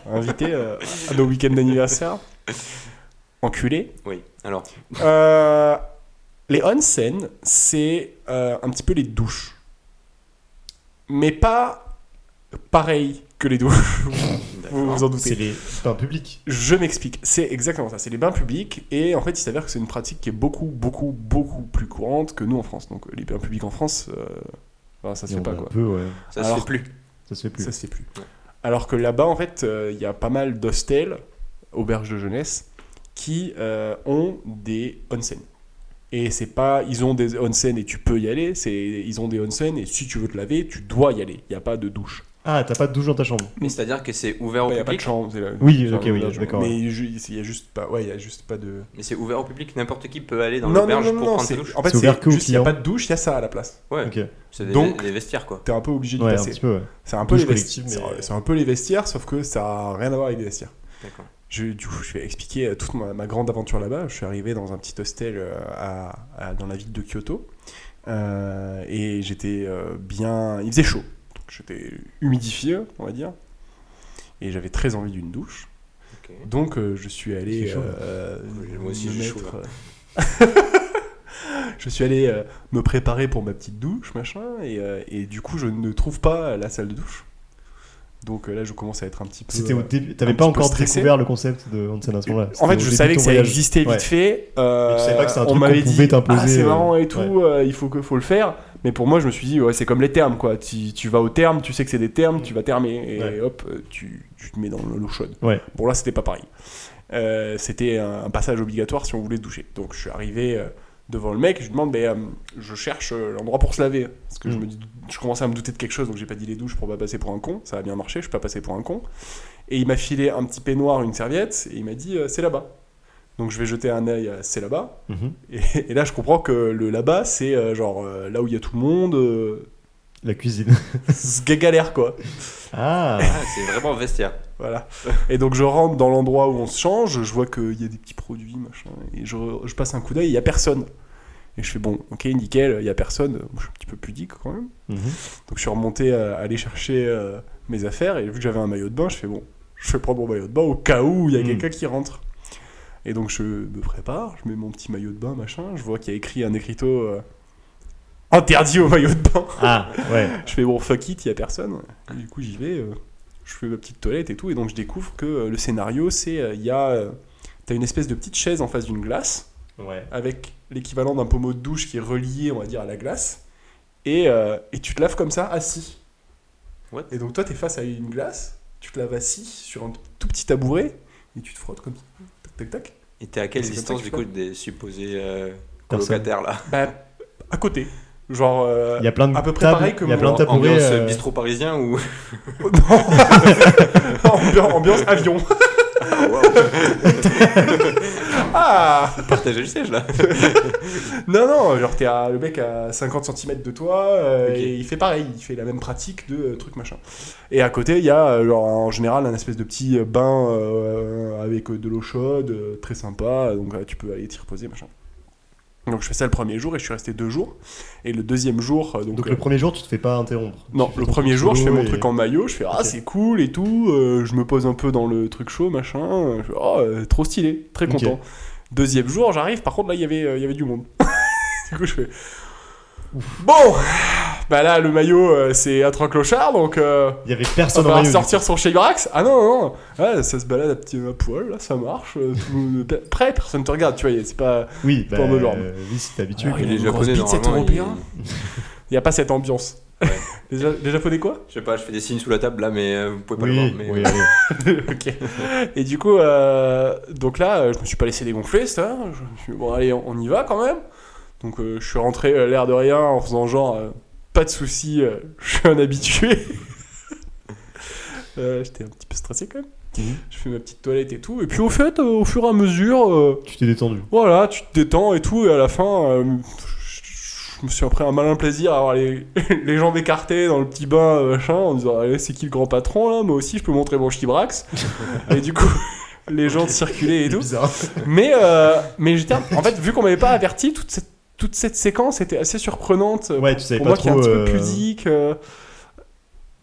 Invité euh, à nos week-ends [LAUGHS] d'anniversaire. Enculé. Oui. Alors, Euh, les onsen, c'est euh, un petit peu les douches. Mais pas pareil que les douches, [LAUGHS] vous d'accord. vous en C'est doutez. les bains publics. Je m'explique. C'est exactement ça. C'est les bains publics. Et en fait, il s'avère que c'est une pratique qui est beaucoup, beaucoup, beaucoup plus courante que nous en France. Donc, les bains publics en France, euh, enfin, ça se Et fait on pas a quoi. un peu, ouais. ça se Alors- fait plus. Ça se fait plus. Ça se fait plus. Ouais. Alors que là-bas, en fait, euh, il y a pas mal d'hostels, auberges de jeunesse, qui euh, ont des onsen. Et c'est pas, ils ont des onsen et tu peux y aller. C'est, ils ont des onsen et si tu veux te laver, tu dois y aller. Il n'y a pas de douche. Ah t'as pas de douche dans ta chambre. Mais c'est-à-dire que c'est ouvert au Il n'y a pas de public. chambre. c'est la- Oui, c'est ok, un oui, auberge. d'accord, Mais ju- il y a juste pas, ouais, il y a juste pas de. Mais c'est ouvert au public. N'importe qui peut aller dans non, non, l'auberge non, pour non, prendre c'est, sa douche. en fait, C'est ouvert c'est que aux juste, il n'y a clients. pas de douche, il y a ça à la place. Ouais. Ok. C'est des, Donc- des vestiaires quoi. T'es un peu obligé d'y Ouais un passer. petit peu. ouais. C'est un peu Douche les vestiaires. collective, mais- C'est c'est un peu les vestiaires, sauf que ça a rien à voir avec les vestiaires. D'accord. Je, du coup, je vais expliquer euh, toute ma, ma grande aventure là-bas. Je suis arrivé dans un petit hostel euh, à- à- dans la ville de Kyoto. Euh, et j'étais euh, bien. Il faisait chaud. Donc j'étais humidifié, on va dire. Et j'avais très envie d'une douche. Ok. Donc euh, je suis Il allé. fait chaud, là. euh, Oui, moi aussi, me j'ai chaud, mettre, euh, [LAUGHS] je suis allé euh, me préparer pour ma petite douche, machin. Et, euh, et du coup, je ne trouve pas la salle de douche. Donc euh, là, je commence à être un petit peu. C'était au euh, début. un T'avais pas petit peu encore stressé. découvert le concept de Hansen à ce moment-là. En C'était au fait, je début de savais ton que ça voyage. existait vite Ouais. fait. euh, Mais tu savais pas que c'était un on truc m'avait qu'on dit, pouvait t'imposer, Ah, c'est euh, marrant et tout, ouais. euh, il faut que faut le faire. Mais pour moi, je me suis dit, ouais, c'est comme les termes, quoi. Tu, tu vas au terme, tu sais que c'est des termes, tu vas termer et Ouais. hop, euh, tu, tu te mets dans l'eau chaude. Ouais. Bon, là, c'était pas pareil. Euh, c'était un, un passage obligatoire si on voulait se doucher. Donc, je suis arrivé euh, devant le mec, je lui demande, mais euh, je cherche euh, l'endroit pour se laver. Parce que je, Mm. me dis- je commençais à me douter de quelque chose, donc j'ai pas dit les douches pour pas passer pour un con. Ça a bien marché, je suis pas passé pour un con. Et il m'a filé un petit peignoir, une serviette, et il m'a dit, euh, c'est là-bas. Donc je vais jeter un œil, à c'est là-bas. Mhm. Et, et là, je comprends que le là-bas, c'est euh, genre euh, là où il y a tout le monde, euh, La [LAUGHS] cuisine. c'est galère quoi. Ah. Ah, c'est vraiment vestiaire. Voilà. Et donc je rentre dans l'endroit où on se change, je vois qu'il y a des petits produits, machin, et je, je passe un coup d'œil, il y a personne. Et je fais bon, ok, nickel, il y a personne. Moi, je suis un petit peu pudique quand même. Mhm. Donc je suis remonté à aller chercher euh, mes affaires et vu que j'avais un maillot de bain, je fais bon, je vais prendre mon maillot de bain au cas où il y a Mm. quelqu'un qui rentre. Et donc je me prépare, je mets mon petit maillot de bain, machin, je vois qu'il y a écrit un écriteau euh, interdit au maillot de bain. Ah ouais. Je fais bon fuck it, il y a personne. Et du coup j'y vais, euh, je fais ma petite toilette et tout et donc je découvre que euh, le scénario c'est euh, il y a euh, t'as une espèce de petite chaise en face d'une glace Ouais. avec l'équivalent d'un pommeau de douche qui est relié, on va dire, à la glace. Et, euh, et tu te laves comme ça, assis. What Et donc toi, tu es face à une glace, tu te laves assis sur un tout petit tabouret, et tu te frottes comme ça. Tac, tac, tac. Et t'es à quelle C'est comme ça distance que du je coup des supposés euh, Personne. colocataires là Bah, à côté. Genre... euh, Il y a plein de à peu près tables- pareil que Il y a mon- plein de tabourets. Ambiance euh, bistrot [LAUGHS] parisien ou non. [LAUGHS] Ambi- ambiance avion. [LAUGHS] ah partager le siège là Non, non, genre t'es à, le mec à 50 cm de toi, euh, Ok. et il fait pareil, il fait la même pratique de euh, truc machin. Et à côté, il y a euh, genre, en général un espèce de petit euh, bain euh, avec euh, de l'eau chaude, euh, très sympa, donc euh, tu peux aller t'y reposer, machin. Donc je fais ça le premier jour et je suis resté deux jours. Et le deuxième jour, euh, donc, Donc euh, le premier jour, tu te fais pas interrompre. non, Tu fais le ton premier truc jour, je solo fais mon et- truc en maillot, je fais ah Ok. c'est cool et tout, euh, je me pose un peu dans le truc chaud, machin, euh, je fais, oh, euh, trop stylé, très Ok. content. Deuxième jour, [LAUGHS] j'arrive, par contre là il y avait euh, il y avait du monde. du coup je fais bon, Bah là, le maillot, euh, c'est à trois clochards, donc euh, Il y avait on personne en va maillot. sortir son Shebrax. Ah non, non, ah, ça se balade à petit à poil, là, ça marche. euh, tout le monde- pe- Prêt, personne te regarde, tu vois, y a- c'est pas. Oui, Pour me voir. euh, oui, si t'es habitué. Ah, quoi. il les une grosse Japonais, bite, cet normalement, ils- Européen. Y a pas cette ambiance. [LAUGHS] les, Ja- les Japonais quoi Je sais pas, je fais des signes sous la table là, mais euh, vous pouvez pas le Oui, voir. Mais, oui, allez. [LAUGHS] Ok. Et du coup, euh, donc là, euh, je me suis pas laissé dégonfler, ça. hein. Je me suis dit, bon, allez, on, on y va quand même. Donc euh, je suis rentré euh, l'air de rien en faisant genre, euh, pas de soucis, euh, je suis un habitué. [LAUGHS] Euh, J'étais un petit peu stressé quand même. Mhm. Je fais ma petite toilette et tout. Et puis au fait, euh, au fur et à mesure, euh, Tu t'es détendu. voilà, tu te détends et tout. Et à la fin, euh, je je me suis pris un malin plaisir à avoir les, [LAUGHS] les jambes écartées dans le petit bain, euh, machin, en disant Allez, c'est qui le grand patron là Moi aussi, je peux montrer mon [LAUGHS] chibrax. et du coup, [LAUGHS] les gens circulaient [LAUGHS] et tout. [LAUGHS] bizarre. Mais, euh, mais j'étais. un- En fait, vu qu'on m'avait pas averti, toute cette, toute cette séquence était assez surprenante. euh, Ouais, tu savais pour pas moi qui est un trop. petit peu euh, [LAUGHS] pudique, euh,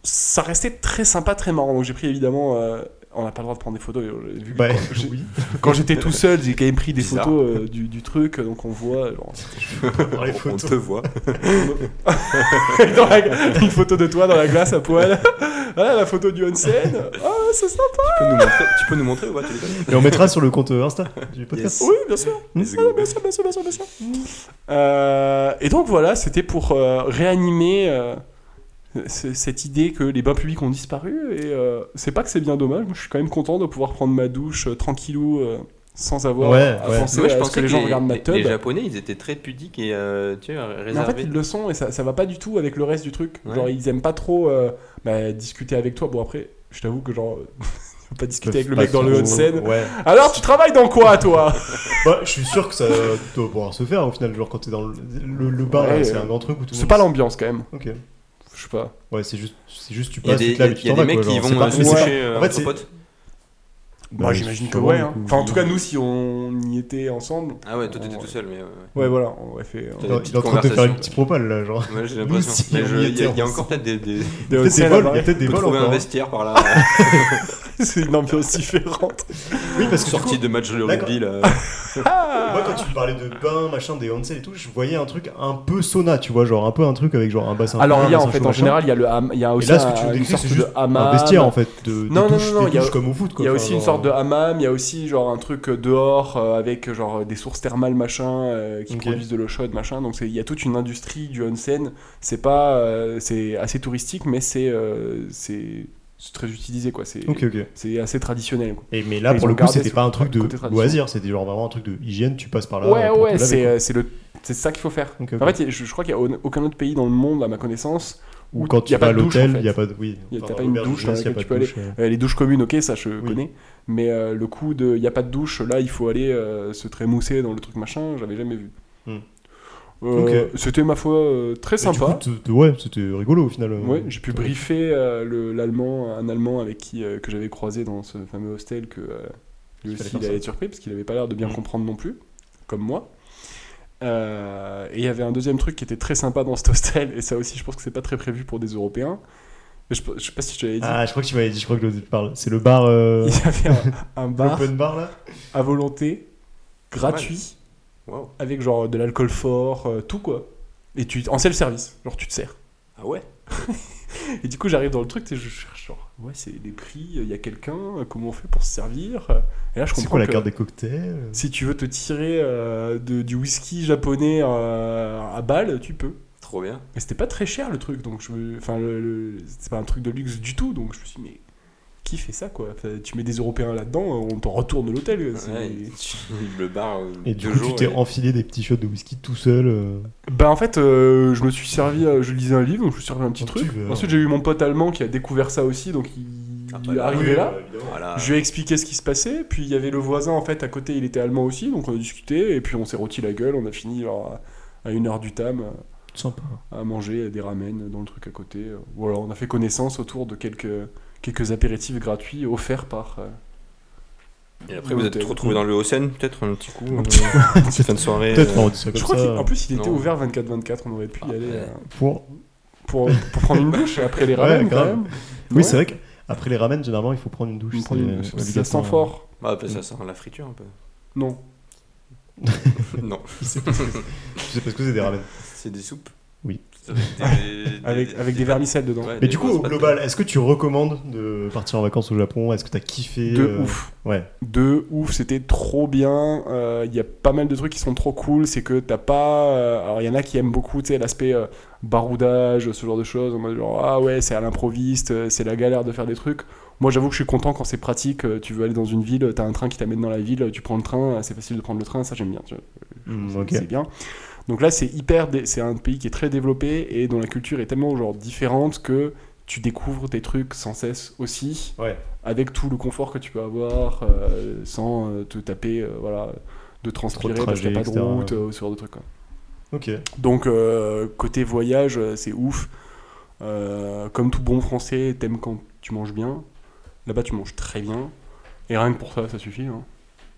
ça restait très sympa, très marrant. Donc j'ai pris évidemment. euh, on n'a pas le droit de prendre des photos. euh, Vu que bah, quand [LAUGHS] j'ai- oui. quand j'étais tout seul, j'ai quand même pris des Euh, Bizarre. photos euh, du, du truc, donc on voit [LAUGHS] genre, Dans les on photos. te voit. dans la- une photo de toi dans la glace à poil. [LAUGHS] Voilà la photo du onsen. Ah, c'est ça. Tu peux nous montrer, tu peux nous montrer ou pas tu le fais Et on mettra sur le compte Insta du podcast. Oui, bien sûr. Hmm. Ah, bien sûr, bien sûr, bien sûr, bien sûr. Euh, et donc voilà, c'était pour euh, réanimer euh, c- cette idée que les bains publics ont disparu. Et euh, c'est pas que c'est bien dommage. Moi, je suis quand même content de pouvoir prendre ma douche euh, tranquillou. euh, sans avoir Ouais, à ouais. penser Moi, je à pensais ce que les gens regardent ma les- tub. Les Japonais, ils étaient très pudiques et euh, tu vois, Mais en fait, réservés. ils le sont et ça, ça va pas du tout avec le reste du truc. Ouais. Genre, ils aiment pas trop euh, bah, discuter avec toi. Bon, après, je t'avoue que genre, [LAUGHS] tu peux pas discuter avec le mec dans le Pas trop- onsen. Ouais. Alors, tu travailles dans quoi, toi Bah, je suis sûr que ça doit pouvoir se faire au final, genre quand t'es dans le, le, le bain, Ouais, là, [LAUGHS] c'est euh, un grand truc où tout le C'est monde- pas l'ambiance quand même. Ok. Je sais pas. Ouais, c'est juste, c'est juste tu Il y a passes, des, tu te laves et tu il y a des t'en vas. mecs quoi, qui genre, vont c'est pas- euh, mais c'est- sécher euh, en fait, entre c'est- potes. Moi, Bah, j'imagine que sûrement, ouais. du hein. coup. Enfin, en tout cas, nous, si on y était ensemble. Ah ouais, toi t'étais on- tout seul, mais. ouais, ouais. Ouais, voilà, on aurait fait. hein. Il des est petites en train de te faire une conversations. petite propale là, genre. Moi j'ai Nous l'impression. aussi, Mais on je- y Il y, a- était il y a ensemble. encore peut-être des. des... des Peut-être des hôtels, vols, là-bas. il y a peut-être des On peut vols trouver un encore. vestiaire par là, [LAUGHS] C'est une ambiance différente. Oui, parce que du coup, sortie de match de D'accord. rugby là. Moi, ah. quand tu parlais de bain, machin, des onsen et tout, je voyais un truc un peu sauna, tu vois, genre un peu un truc avec genre un bassin. Alors, froid, il y a un en bassin fait, chaud, en machin. général, il y a le ham. Il y a Et aussi là, ce que tu un- nous une décris, sorte c'est juste de hammam. un vestiaire en fait, de, des Non, non, douches- non, non, des il y a- douches comme au foot quoi. Il y a Enfin, aussi une genre- euh, sorte de hammam, il y a aussi genre un truc dehors euh, avec genre des sources thermales machin euh, qui Ok. produisent de l'eau chaude machin. Donc c'est- il y a toute une industrie du onsen. C'est pas euh, c'est assez touristique mais c'est euh, c'est c'est très utilisé quoi. C'est euh, Ok, ok. c'est assez traditionnel. quoi. Et mais là, Ils pour ont le coup, gardé c'était ce pas un truc de côté tradition. loisir, c'était genre vraiment un truc de hygiène, tu passes par là. ouais euh, pour ouais te laver, c'est quoi. euh, c'est le c'est ça qu'il faut faire. Ok, ok. En fait je, je crois qu'il y a au- aucun autre pays dans le monde à ma connaissance. Ou où quand il tu y a vas pas à de douche, l'hôtel, en fait. il n'y a pas de. Oui, Il y a- t'as Enfin, pas une auberge douche dans jeunesse, il y a laquelle pas tu de peux douche, euh. Euh, les douches communes ok ça je Oui. connais. Mais euh, le coup de il y a pas de douche là il faut aller euh, se trémousser dans le truc machin j'avais jamais vu. Hmm. Euh, C'était ma foi euh, très Mais du sympa. coup, t- t- Ouais, c'était rigolo au final. euh. Ouais, j'ai pu briefer euh, le- l'allemand, un allemand avec qui euh, que j'avais croisé dans ce fameux hostel que euh, lui fallait aussi faire il allait ça. être surpris parce qu'il avait pas l'air de bien Mhm. comprendre non plus, comme moi. Euh, et il y avait un deuxième truc qui était très sympa dans cet hostel et ça aussi je pense que c'est pas très prévu pour des Européens. Mais Je, je sais pas si je te l'avais dit. Ah, je crois que tu m'avais dit, je crois que l'autre parle. C'est le bar. euh, Il y avait [LAUGHS] un, un bar L'open bar là à volonté, gratuit, Waouh. avec genre de l'alcool fort, euh, tout quoi. Et tu en self-service, genre tu te sers. Ah ouais Et du coup, j'arrive dans le truc, tu sais, je cherche genre, ouais, c'est les prix, il y a quelqu'un, euh, comment on fait pour se servir Et là, je C'est comprends quoi la que carte des cocktails euh si tu veux te tirer euh, de- du whisky japonais euh, à balle, tu peux. Trop bien. Mais c'était pas très cher le truc, donc je me- Enfin, le- le- c'est pas un truc de luxe du tout, donc je me suis dit, mais qui fait ça quoi Enfin, Tu mets des Européens là-dedans, on t'en retourne de l'hôtel. c'est- Ouais, tu- Le bar. euh, Et du deux coup, tu jours, t'es et- enfilé des petits shots de whisky tout seul. euh. Bah en fait, euh, je me suis servi, à- je lisais un livre, donc je me suis servi à un petit Un truc. petit verre. Ensuite, j'ai eu mon pote allemand qui a découvert ça aussi, donc il, Ah, il bah est là, arrivé oui, Ah. là. Voilà. Je lui ai expliqué ce qui se passait, puis il y avait le voisin en fait à côté, il était allemand aussi, donc on a discuté, et puis on s'est rôti la gueule, on a fini genre, à à une heure du tam euh, Sympa. à manger des ramen dans le truc à côté. euh, Voilà, on a fait connaissance autour de quelques, quelques apéritifs gratuits offerts par. euh, Et après, vous êtes L'hôtel. retrouvés dans le Hosen, peut-être un petit coup. Un euh, petit- C'est fin de soirée. Peut-être, euh, on dit ça Je comme crois qu'en ça. plus il était Non. ouvert 24-24, on aurait pu y Ah, aller ouais. euh, Pour... pour, pour prendre une douche et après les ramen quand grave. même. Oui, Ouais. c'est vrai qu'après les ramen, généralement, il faut prendre une euh, douche. On prend une- c'est Ça sent obligatoire. [LAUGHS] fort. bah, après, ça sent la friture un peu. Non. non, Je sais pas ce que c'est des ramen. c'est des soupes. Oui. avec, avec des vermicelles dedans. ouais, des Mais du coup, grosses au pâtes. global, est-ce que tu recommandes de partir en vacances au Japon Est-ce que t'as kiffé De euh, ouf. Ouais. De ouf, c'était trop bien. Il y a pas mal de trucs qui sont trop cool. C'est que t'as pas. euh, alors, il y en a qui aiment beaucoup tu sais, l'aspect euh, baroudage, ce genre de choses. En mode genre, ah ouais, c'est à l'improviste, euh, c'est la galère de faire des trucs. Moi, j'avoue que je suis content quand c'est pratique. euh, Tu veux aller dans une ville, t'as un train qui t'amène dans la ville, tu prends le train, euh, c'est facile de prendre le train. Ça, j'aime bien. tu vois. Hmm, C'est- ok. C'est bien. Donc là, c'est hyper. dé- C'est un pays qui est très développé et dont la culture est tellement genre différente que tu découvres des trucs sans cesse aussi, Ouais. avec tout le confort que tu peux avoir, euh, sans euh, te taper, euh, voilà, de transpirer parce qu'il n'y a pas trajets, de route, etc., euh, ce genre de trucs. quoi. Ok. Donc euh, côté voyage, euh, c'est ouf. Euh, comme tout bon français, t'aimes quand tu manges bien. Là-bas, tu manges très bien. Et rien que pour ça, ça suffit. hein.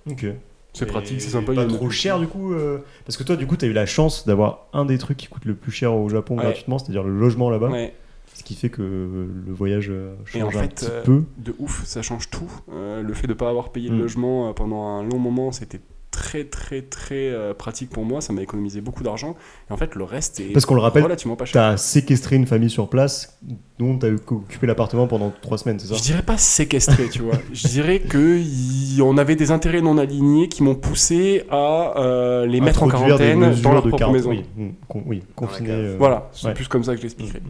Ok. C'est Et pratique, c'est sympa. il y Pas a une trop culture. cher du coup. euh, Parce que toi, du coup, t'as eu la chance d'avoir un des trucs qui coûte le plus cher au Japon Ouais. gratuitement, c'est-à-dire le logement là-bas, Ouais. ce qui fait que le voyage euh, change Et en un fait, petit euh, peu. de ouf, ça change tout. Euh, le fait de ne pas avoir payé Mm. le logement euh, pendant un long moment, c'était très très très euh, pratique pour moi. Ça m'a économisé beaucoup d'argent. Et en fait, le reste est Parce qu'on le rappelle, relativement pas cher. T'as séquestré une famille sur place dont t'as occupé l'appartement pendant trois semaines, c'est ça Je dirais pas séquestré, tu vois. Je dirais que y- on avait des intérêts non alignés qui m'ont poussé à euh, les mettre en Introduire des quarantaine mesures dans leur de propre quarante- maison. Oui, mm, con- oui, confiné. la cave. euh, Voilà, c'est Ouais. plus comme ça que je l'expliquerai. mm.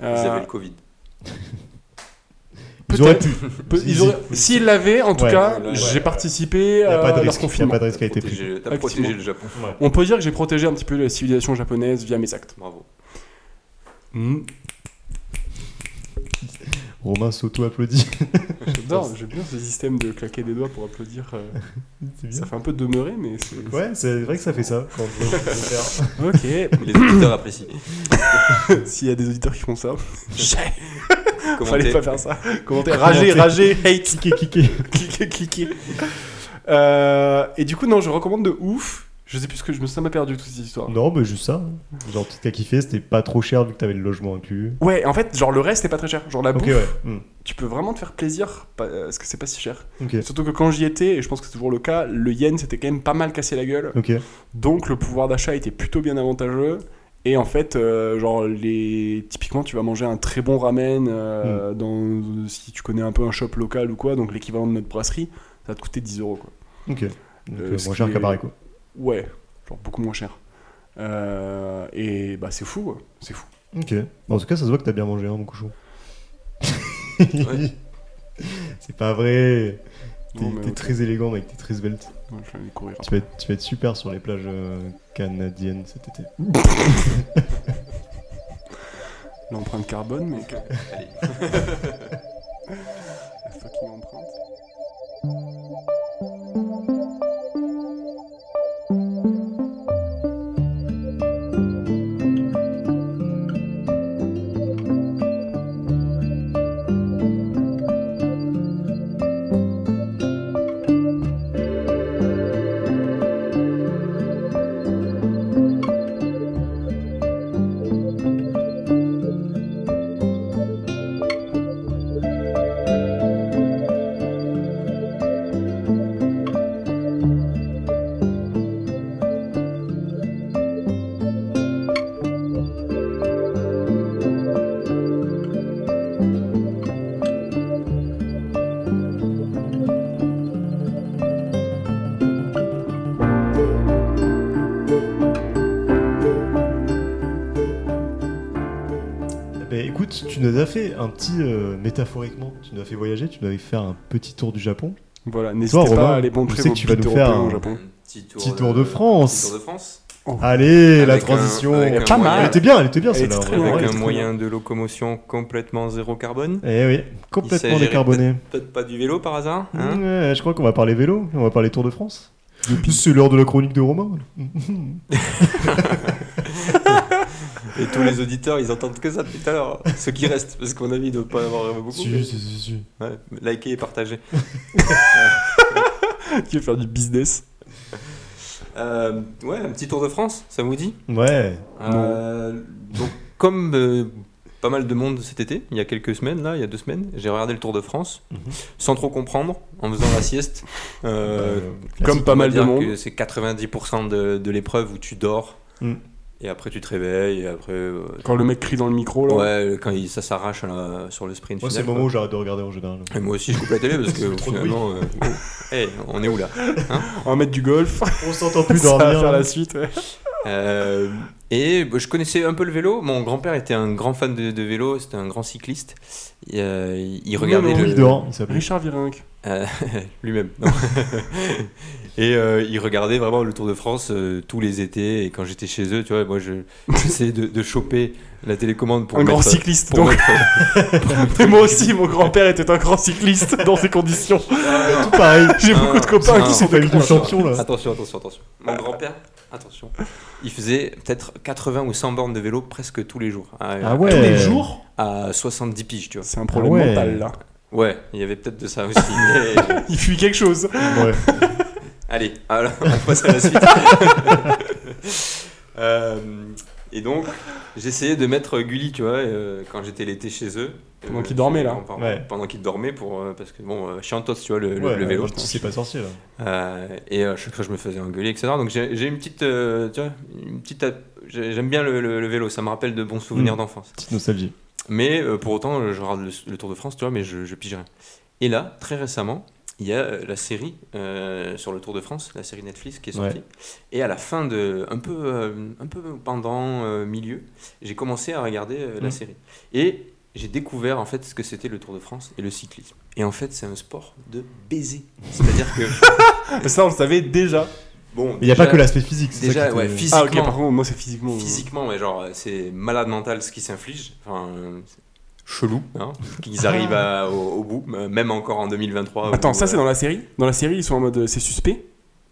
Ils Euh, avaient le Covid. Ils auraient peut-être. pu. [LAUGHS] Peu- Ils- ils auraient- ils- S'ils l'avaient, en tout Ouais. cas, Ouais. j'ai participé euh, Il n'y à a pas de leur risque, il y a confinement. pas de risque a T'as été pris. protégé, t'as Activement. protégé le Japon. On peut dire que j'ai protégé un petit peu la civilisation japonaise via mes actes. Bravo. Mm. Romain s'auto-applaudit. [LAUGHS] J'adore, j'aime bien ce système de claquer des doigts pour applaudir. [LAUGHS] euh, C'est bien. Ça fait un peu demeurer, mais c'est. [LAUGHS] Ouais, c'est vrai que ça fait ça. quand on peut le faire. Ok, Les auditeurs apprécient. s'il y a des auditeurs qui font ça, Commentez. [LAUGHS] fallait pas faire ça. Commentez, ragez, Commentez. ragez, [LAUGHS] hate, Cliquez, cliquez. cliquez, cliquez. Euh, et du coup, non, je recommande de ouf. Je sais plus ce que je me ça m'a perdu toute cette histoire. Non, mais juste ça. hein. Genre, t'as kiffé, c'était pas trop cher vu que t'avais le logement inclus. Ouais, en fait, genre le reste est pas très cher. Genre la Ok, bouffe, ouais. mm, tu peux vraiment te faire plaisir pa- euh, parce que c'est pas si cher. Ok. Surtout que quand j'y étais, et je pense que c'est toujours le cas, le yen c'était quand même pas mal cassé la gueule. Ok. Donc le pouvoir d'achat était plutôt bien avantageux. Et en fait, euh, genre les... typiquement, tu vas manger un très bon ramen euh, Mm. dans... si tu connais un peu un shop local ou quoi, donc l'équivalent de notre brasserie, ça va te coûter 10 euros. Quoi. Ok. Donc, Euh, euh, ce moins qui cher est- qu'à Paris, quoi. Ouais, genre beaucoup moins cher. Euh, et bah c'est fou, quoi. c'est fou. Ok. En tout cas, ça se voit que t'as bien mangé, hein, mon cochon. [LAUGHS] C'est pas vrai. T'es Non, mais t'es ok. très élégant, mec. T'es très svelte. Ouais, je vais aller courir. Tu vas, être, tu vas être super sur les plages euh, canadiennes cet été. L'empreinte carbone, mec. Allez. [LAUGHS] La fucking empreinte. Bah, écoute, tu nous as fait un petit. euh, métaphoriquement, tu nous as fait voyager, tu nous avais fait un petit tour du Japon. Voilà, n'hésitez pas Toi, Romain, à aller je montrer sais vos que tu vas bites nous faire européens un- au [LAUGHS] Japon. Petit Petit tour de France. Petit tour de France. Allez, la Avec un- transition avec un Pas mal. Elle moyen- était bien, elle était bien Ah. Elle était celle-là. en vrai. très bien, Ouais, Avec elle un était moyen de locomotion complètement zéro carbone. très bien. Eh oui, Il complètement s'agirait décarboné. Peut-être pas du vélo par hasard hein Mmh, ouais, je crois qu'on va parler vélo, on va parler Tour de France. C'est l'heure de la chronique de Romain. Mmh. Et tous les auditeurs, ils entendent que ça depuis tout à l'heure. Ceux qui restent, parce qu'on a mis de pas avoir beaucoup. Si, si, si, si. Ouais, likez et partagez. Qui veut faire du business Euh, ouais, un petit tour de France, ça vous dit Ouais. Euh, Donc, comme euh, pas mal de monde cet été, il y a quelques semaines, là, il y a deux semaines, j'ai regardé le Tour de France, Mhm. sans trop comprendre, en faisant la sieste. Euh, Euh, classique. Comme pas on va mal de dire monde. que C'est 90% de, de l'épreuve où tu dors. Mm. Et après, tu te réveilles, et après. euh, Quand le mec crie dans le Oh micro, là. ouais, quand il, ça s'arrache à la- sur le sprint Moi, c'est final. le moment où j'arrête de regarder en général. quoi. Et moi aussi, je coupe la télé parce [LAUGHS] que trop de bruit. finalement. euh, oh, hey, on est où là On va mettre du golf. [LAUGHS] On s'entend plus [LAUGHS] ça va dormir. hein. faire là. la suite. ouais. Euh, et bah, je connaissais un peu le vélo. Mon grand-père était un grand fan de, de vélo, c'était un grand cycliste. Il, euh, il regardait non, le- Louis dehors, il s'appelle. Richard Virenque. Euh, lui-même. non. [LAUGHS] et euh, il regardait vraiment le Tour de France euh, tous les étés. Et quand j'étais chez eux, tu vois, moi, je- j'essayais de, de choper la télécommande pour Un grand mettre- euh, cycliste. pour Donc, mettre- pour mettre- Et moi [LAUGHS] aussi, mon grand-père était un grand cycliste dans ces conditions. Tout pareil. J'ai Ah, beaucoup de copains c'est qui un- sont fait des une grands- champ- champion, là. Attention, attention, attention. Ah. Mon grand-père, attention. Il faisait peut-être 80 ou 100 bornes de vélo presque tous les jours. À, Ah ouais. Tous les jours À 70 piges, tu vois. C'est un problème Ah ouais. mental, là. Ouais, il y avait peut-être de ça aussi. [LAUGHS] mais- Il fuit quelque chose. [LAUGHS] Ouais. Allez, alors, on passe à la suite. [LAUGHS] Euh, et donc, j'essayais de mettre Gulli, tu vois, euh, quand j'étais l'été chez eux. Pendant Euh, qu'il dormait, chez- là. non, pardon, Ouais. Pendant qu'il dormait, pour, euh, parce que bon, euh, chiantos, tu vois, le, le- Ouais, le vélo. quand C'est pas sorcier là. Euh, et euh, chaque fois, je me faisais engueuler, etc. Donc, j'ai j'ai une petite. euh, tu vois, une petite. app- j'ai- J'aime bien le, le- le vélo, ça me rappelle de bons souvenirs Mm. d'enfance. Petite nostalgie. Mais euh, pour autant, euh, je regarde le, le Tour de France, tu vois, mais je, je pige rien. Et là, très récemment, il y a euh, la série euh, sur le Tour de France, la série Netflix qui est sortie. Et à la fin de, un peu, euh, un peu pendant euh, milieu, j'ai commencé à regarder euh, la Mhm. série. Et j'ai découvert en fait ce que c'était le Tour de France et le cyclisme. Et en fait, c'est un sport de baiser. C'est-à-dire [LAUGHS] que Ça, on le savait déjà. bon, Mais il n'y a pas déjà- que l'aspect physique. c'est ça Déjà, qui ouais, te- physiquement, Ah, ok, par contre, moi, c'est physiquement. physiquement, ouais, genre euh, c'est malade mental ce qui s'inflige. Enfin, euh, c'est chelou, hein, qu'ils arrivent à- au, au bout, euh, même encore en 2023. Ah, Attends, où, ça, c'est euh, dans la série Dans la série, ils sont en mode euh, c'est suspect.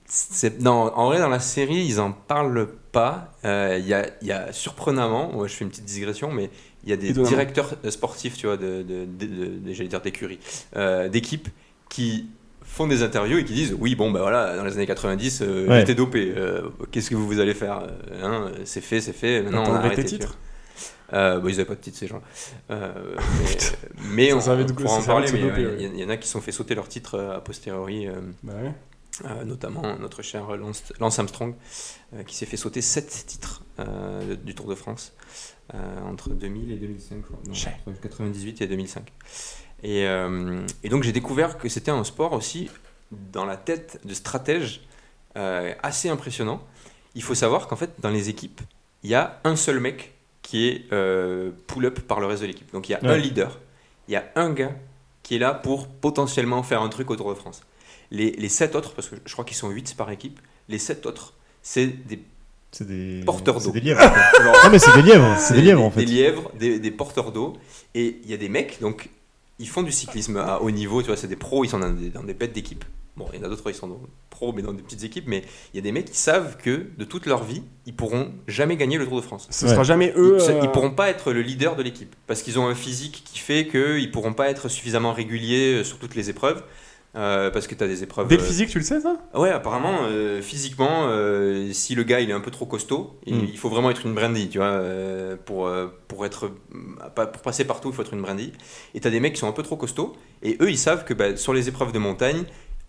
c'est- non, en vrai, dans la série, ils en parlent pas. Euh, Il y, a, il y a surprenamment, ouais, je fais une petite digression, mais il y a des Étonnamment. directeurs euh, sportifs, tu vois, de, de, de- de- de- j'allais dire d'écurie, euh, d'équipes qui font des interviews et qui disent oui bon bah voilà dans les années 90 euh, Ouais. j'étais dopé Euh, qu'est-ce que vous vous allez faire Euh, hein, c'est fait c'est fait maintenant on a T'enlèverais arrêté tes tu vois. titres Euh, bon, ils n'avaient pas de titre ces gens. [LAUGHS] Euh, mais mais Ça on, servait de- on pourra ça en servait de parler. se Mais doper, euh, il y, en- il y en a qui se sont fait sauter leur titre euh, a posteriori, euh, Bah ouais. euh, notamment notre cher Lance, Lance Armstrong, euh, qui s'est fait sauter 7 titres euh, de- du Tour de France euh, entre 2000 et 2005, je crois. Non, Chez. entre 98 et 2005. Et, euh, et donc j'ai découvert que c'était un sport aussi dans la tête de stratège euh, assez impressionnant. Il faut savoir qu'en fait, dans les équipes, il y a un seul mec qui est euh, pull-up par le reste de l'équipe. Donc il y a Ouais. un leader, il y a un gars qui est là pour potentiellement faire un truc autour de France. Les, les sept autres, parce que je crois qu'ils sont huit par équipe, les sept autres, c'est des, C'est des. Porteur C'est d'eau. des lièvres. quoi. genre, Non, mais c'est des lièvres. C'est des lièvres en des fait. lièvres, des, des porteurs d'eau. Et il y a des mecs, donc ils font du cyclisme à haut niveau, tu vois, c'est des pros, ils sont dans des, dans des bêtes d'équipe. Bon, il y en a d'autres, ils sont dans- pros, mais dans des petites équipes. Mais il y a des mecs qui savent que de toute leur vie, ils pourront jamais gagner le Tour de France. Ce Ouais. sera jamais Ils, eux. ça- euh, ils pourront pas être le leader de l'équipe parce qu'ils ont un physique qui fait qu'ils pourront pas être suffisamment réguliers euh, sur toutes les épreuves. euh, parce que tu as des épreuves. Dès le euh, physique, tu le sais, ça Ouais, apparemment, euh, physiquement, euh, si le gars il est un peu trop costaud, il- Mm. il faut vraiment être une brindille, tu vois, euh, pour, euh, pour, être, euh, pas- pour passer partout, il faut être une brindille. Et t'as des mecs qui sont un peu trop costauds, et eux ils savent que bah, sur les épreuves de montagne,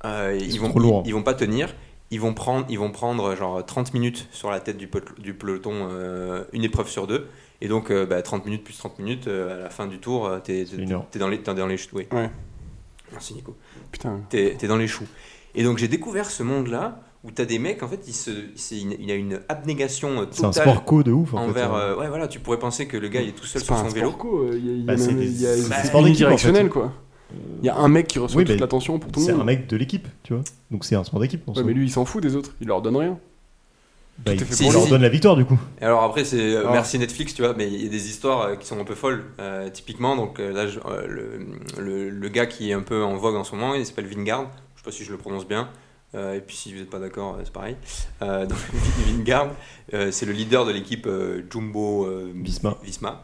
euh, ils, sont vont, trop lourds. ils, ils vont pas tenir, ils vont prendre, ils vont prendre genre 30 minutes sur la tête du, pel- du peloton, euh, une épreuve sur deux, et donc euh, bah, 30 minutes plus 30 minutes, euh, à la fin du tour, euh, t'es t'es- une heure. t'es dans les, t'es dans les chutes, ouais. Ouais. Merci Nico Putain. t'es t'es dans les choux. Et donc j'ai découvert ce monde-là où t'as des mecs, en fait, ils se, c'est une- il y a une abnégation euh, C'est un totale sport co de ouf en fait. envers. hein. euh, ouais, voilà, tu pourrais penser que le gars il est tout seul C'est sur pas son un vélo. sport co, euh, il y a- il y a Bah, c'est même- des- il y a- c'est un c'est sport d'équipe, en unidirectionnel, fait. quoi. Il y a un mec qui reçoit Oui, toute mais l'attention pour tout C'est le un monde. mec de l'équipe, tu vois. Donc c'est un sport d'équipe. en Ouais, soi. mais lui, il s'en fout des autres. Il leur donne rien. tout Bah, est fait il pour il leur lui. donne la victoire du coup. Et alors après, c'est euh, Ah. merci Netflix, tu vois, mais il y a des histoires euh, qui sont un peu folles. euh, typiquement, donc euh, là, je- euh, le, le, le gars qui est un peu en vogue en ce moment, il s'appelle Vingard. Je sais pas si je le prononce bien. Euh, et puis si vous n'êtes pas d'accord, euh, c'est pareil. Euh, donc [LAUGHS] Vingard, euh, c'est le leader de l'équipe euh, Jumbo euh, Visma. Visma.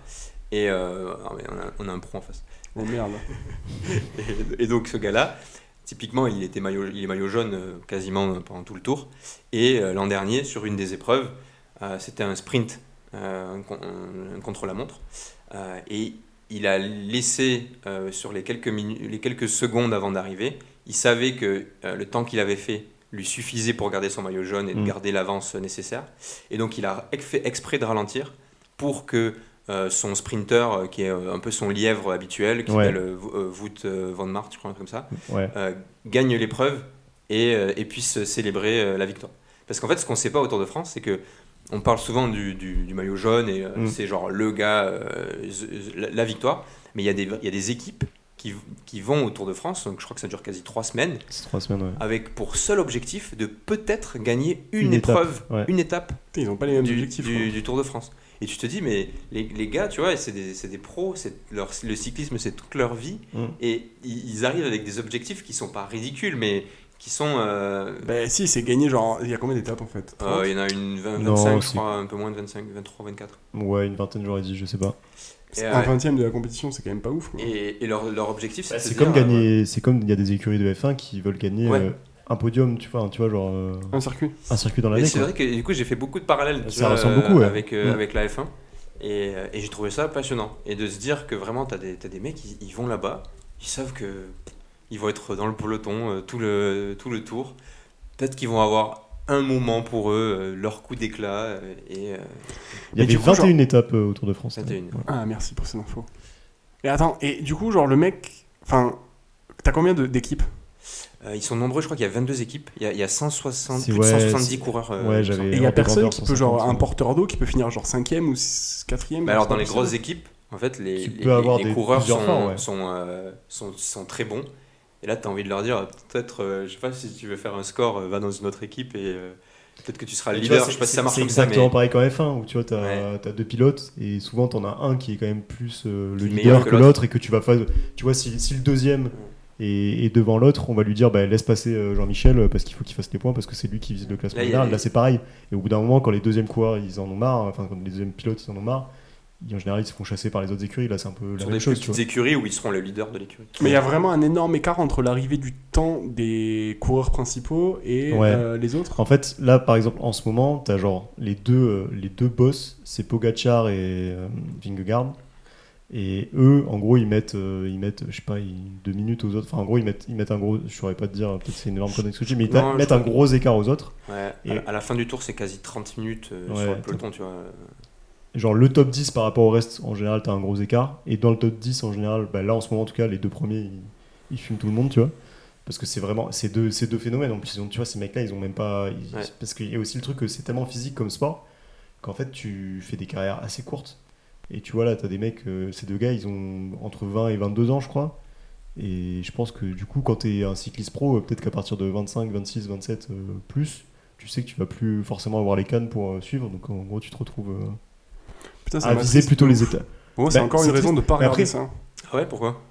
Et euh, ah, mais on, a, on a un pro en face. Oh merde. Et, et donc ce gars-là, typiquement, il était maillot, il est maillot jaune euh, quasiment pendant tout le tour. Et euh, l'an dernier, sur une des épreuves, euh, c'était un sprint, euh, un, con- un contre-la-montre. Euh, et il a laissé euh, sur les quelques, minu- les quelques secondes avant d'arriver, il savait que euh, le temps qu'il avait fait lui suffisait pour garder son maillot jaune et de Mm. garder l'avance euh, nécessaire. Et donc il a ex- fait exprès de ralentir pour que euh, son sprinter, euh, qui est euh, un peu son lièvre habituel, qui Ouais. s'appelle euh, Vo- euh, Wout euh, Van Mart, je crois, un truc comme ça, [LAUGHS] Ouais. euh, gagne l'épreuve et, euh, et puisse célébrer euh, la victoire. Parce qu'en fait, ce qu'on ne sait pas autour de France, c'est que on parle souvent du, du- du maillot jaune et euh, Mm. c'est genre le gars, euh, the- the- la, la victoire. Mais il y, a des- il y a des équipes qui, qui vont autour de France, donc je crois que ça dure quasi trois semaines, C'est trois semaines, ouais. avec pour seul objectif de peut-être gagner une, Une étape, épreuve, ouais. une étape Putain, ils ont pas les mêmes du, objectifs. du- quoi. du Tour de France. Et tu te dis, mais les, les gars, tu vois, c'est des, c'est des pros, c'est leur, le cyclisme, c'est toute leur vie. Mm. Et ils ils arrivent avec des objectifs qui sont pas ridicules, mais qui sont. euh, Bah si, c'est gagné genre. Il y a combien d'étapes en fait euh, il y en a une 20, Non, 25, je c'est- crois, un peu moins de 25, 23, 24. Ouais, une vingtaine, j'aurais dit, je sais pas. Et, Un euh, vingtième de la compétition, c'est quand même pas ouf. quoi. et- et leur, leur objectif, c'est de Bah, C'est se comme dire, euh, gagner. C'est comme il y a des écuries de F1 qui veulent gagner Ouais. euh, un podium, tu vois, hein, tu vois genre euh, Un circuit. un circuit dans Mais l'année. c'est quoi. vrai que du coup j'ai fait beaucoup de parallèles tu Ça ressemble beaucoup, ouais. avec, euh, Ouais. avec la F1 et, euh, et j'ai trouvé ça passionnant. Et de se dire que vraiment t'as des, t'as des mecs, ils, ils vont là-bas, ils savent que ils vont être dans le peloton euh, tout, le, tout le tour. Peut-être qu'ils vont avoir un moment pour eux, euh, leur coup d'éclat euh, et euh, Il y Mais avait du coup, 21 étapes euh, autour de France. 21. Ouais. Ah, merci pour cette info. Et attends, et du coup, genre le mec. Enfin, t'as combien de- d'équipes euh, ils sont nombreux, je crois qu'il y a 22 équipes, il y a, il y a 160, C'est- plus de ouais, 170 c'est- coureurs. euh, ouais, il me semble. j'avais- Et il y a en peu personne vendeur, qui peut, genre, 150, un porteur d'eau qui peut finir, genre, 5ème ou 4ème Bah alors dans les grosses équipes, en fait, les, Tu les- peux les- avoir les des- coureurs plusieurs sont, fois, ouais. sont, euh, sont, sont très bons. Et là, tu as envie de leur dire, peut-être, euh, je sais pas si tu veux faire un score, euh, va dans une autre équipe et euh, peut-être que tu seras le Tu vois, leader. c'est- Je sais pas si c'est- ça marche C'est comme ça, mais exactement pareil qu'en F1, où tu vois, t'as Ouais. t'as deux pilotes, et souvent t'en as un qui est quand même plus euh, le Qui est leader meilleur que Mm. que l'autre, et que tu vas pas. Tu vois, si, si le deuxième est, est devant l'autre, on va lui dire, bah, laisse passer euh, Jean-Michel, euh, parce qu'il faut qu'il fasse les points, parce que c'est lui qui vise le classement Là, il y a général. les- Là, c'est pareil. Et au bout d'un moment, quand les deuxièmes coureurs, ils en ont marre, enfin, quand les deuxièmes pilotes, ils en ont marre, ils- en général, ils se font chasser par les autres écuries. Là, c'est un peu la sur même des chose, plus tu vois. petites écuries où ils seront le leader de l'écurie. Mais il y a vraiment un énorme écart entre l'arrivée du temps des coureurs principaux et Ouais. euh, les autres. En fait, là, par exemple, en ce moment, t'as genre les deux, euh, les deux boss, c'est Pogachar et euh, Vingegaard. Et eux, en gros, ils mettent, euh, ils mettent, je sais pas, ils- deux minutes aux autres. Enfin, en gros, ils mettent, ils mettent un gros. Je saurais pas te dire. Peut-être c'est une énorme connexion, mais ils Non, je mettent un gros écart aux autres. Ouais, Et- à, à la fin du tour, c'est quasi 30 minutes euh, Ouais, sur le peloton, tu vois. Genre le top 10 par rapport au reste, en général, t'as un gros écart. Et dans le top 10, en général, bah, là, en ce moment, en tout cas, les deux premiers, ils, ils fument tout le monde, tu vois. Parce que c'est vraiment ces deux, ces deux phénomènes. En plus, ils ont, tu vois, ces mecs-là, ils ont même pas. ils- Ouais. Parce qu'il y a aussi le truc que c'est tellement physique comme sport qu'en fait, tu fais des carrières assez courtes. Et tu vois, là, t'as des mecs, euh, ces deux gars, ils ont entre 20 et 22 ans, je crois. Et je pense que du coup, quand t'es un cycliste pro, euh, peut-être qu'à partir de 25, 26, 27, euh, plus, tu sais que tu vas plus forcément avoir les cannes pour euh, suivre. Donc en gros, tu te retrouves. euh, Putain, à viser m'attriste plutôt de les ouf. étapes. Pour moi, c'est Ah, Bah, encore une c'est raison de pas Mais regarder après- ça. hein. Ah ouais, pourquoi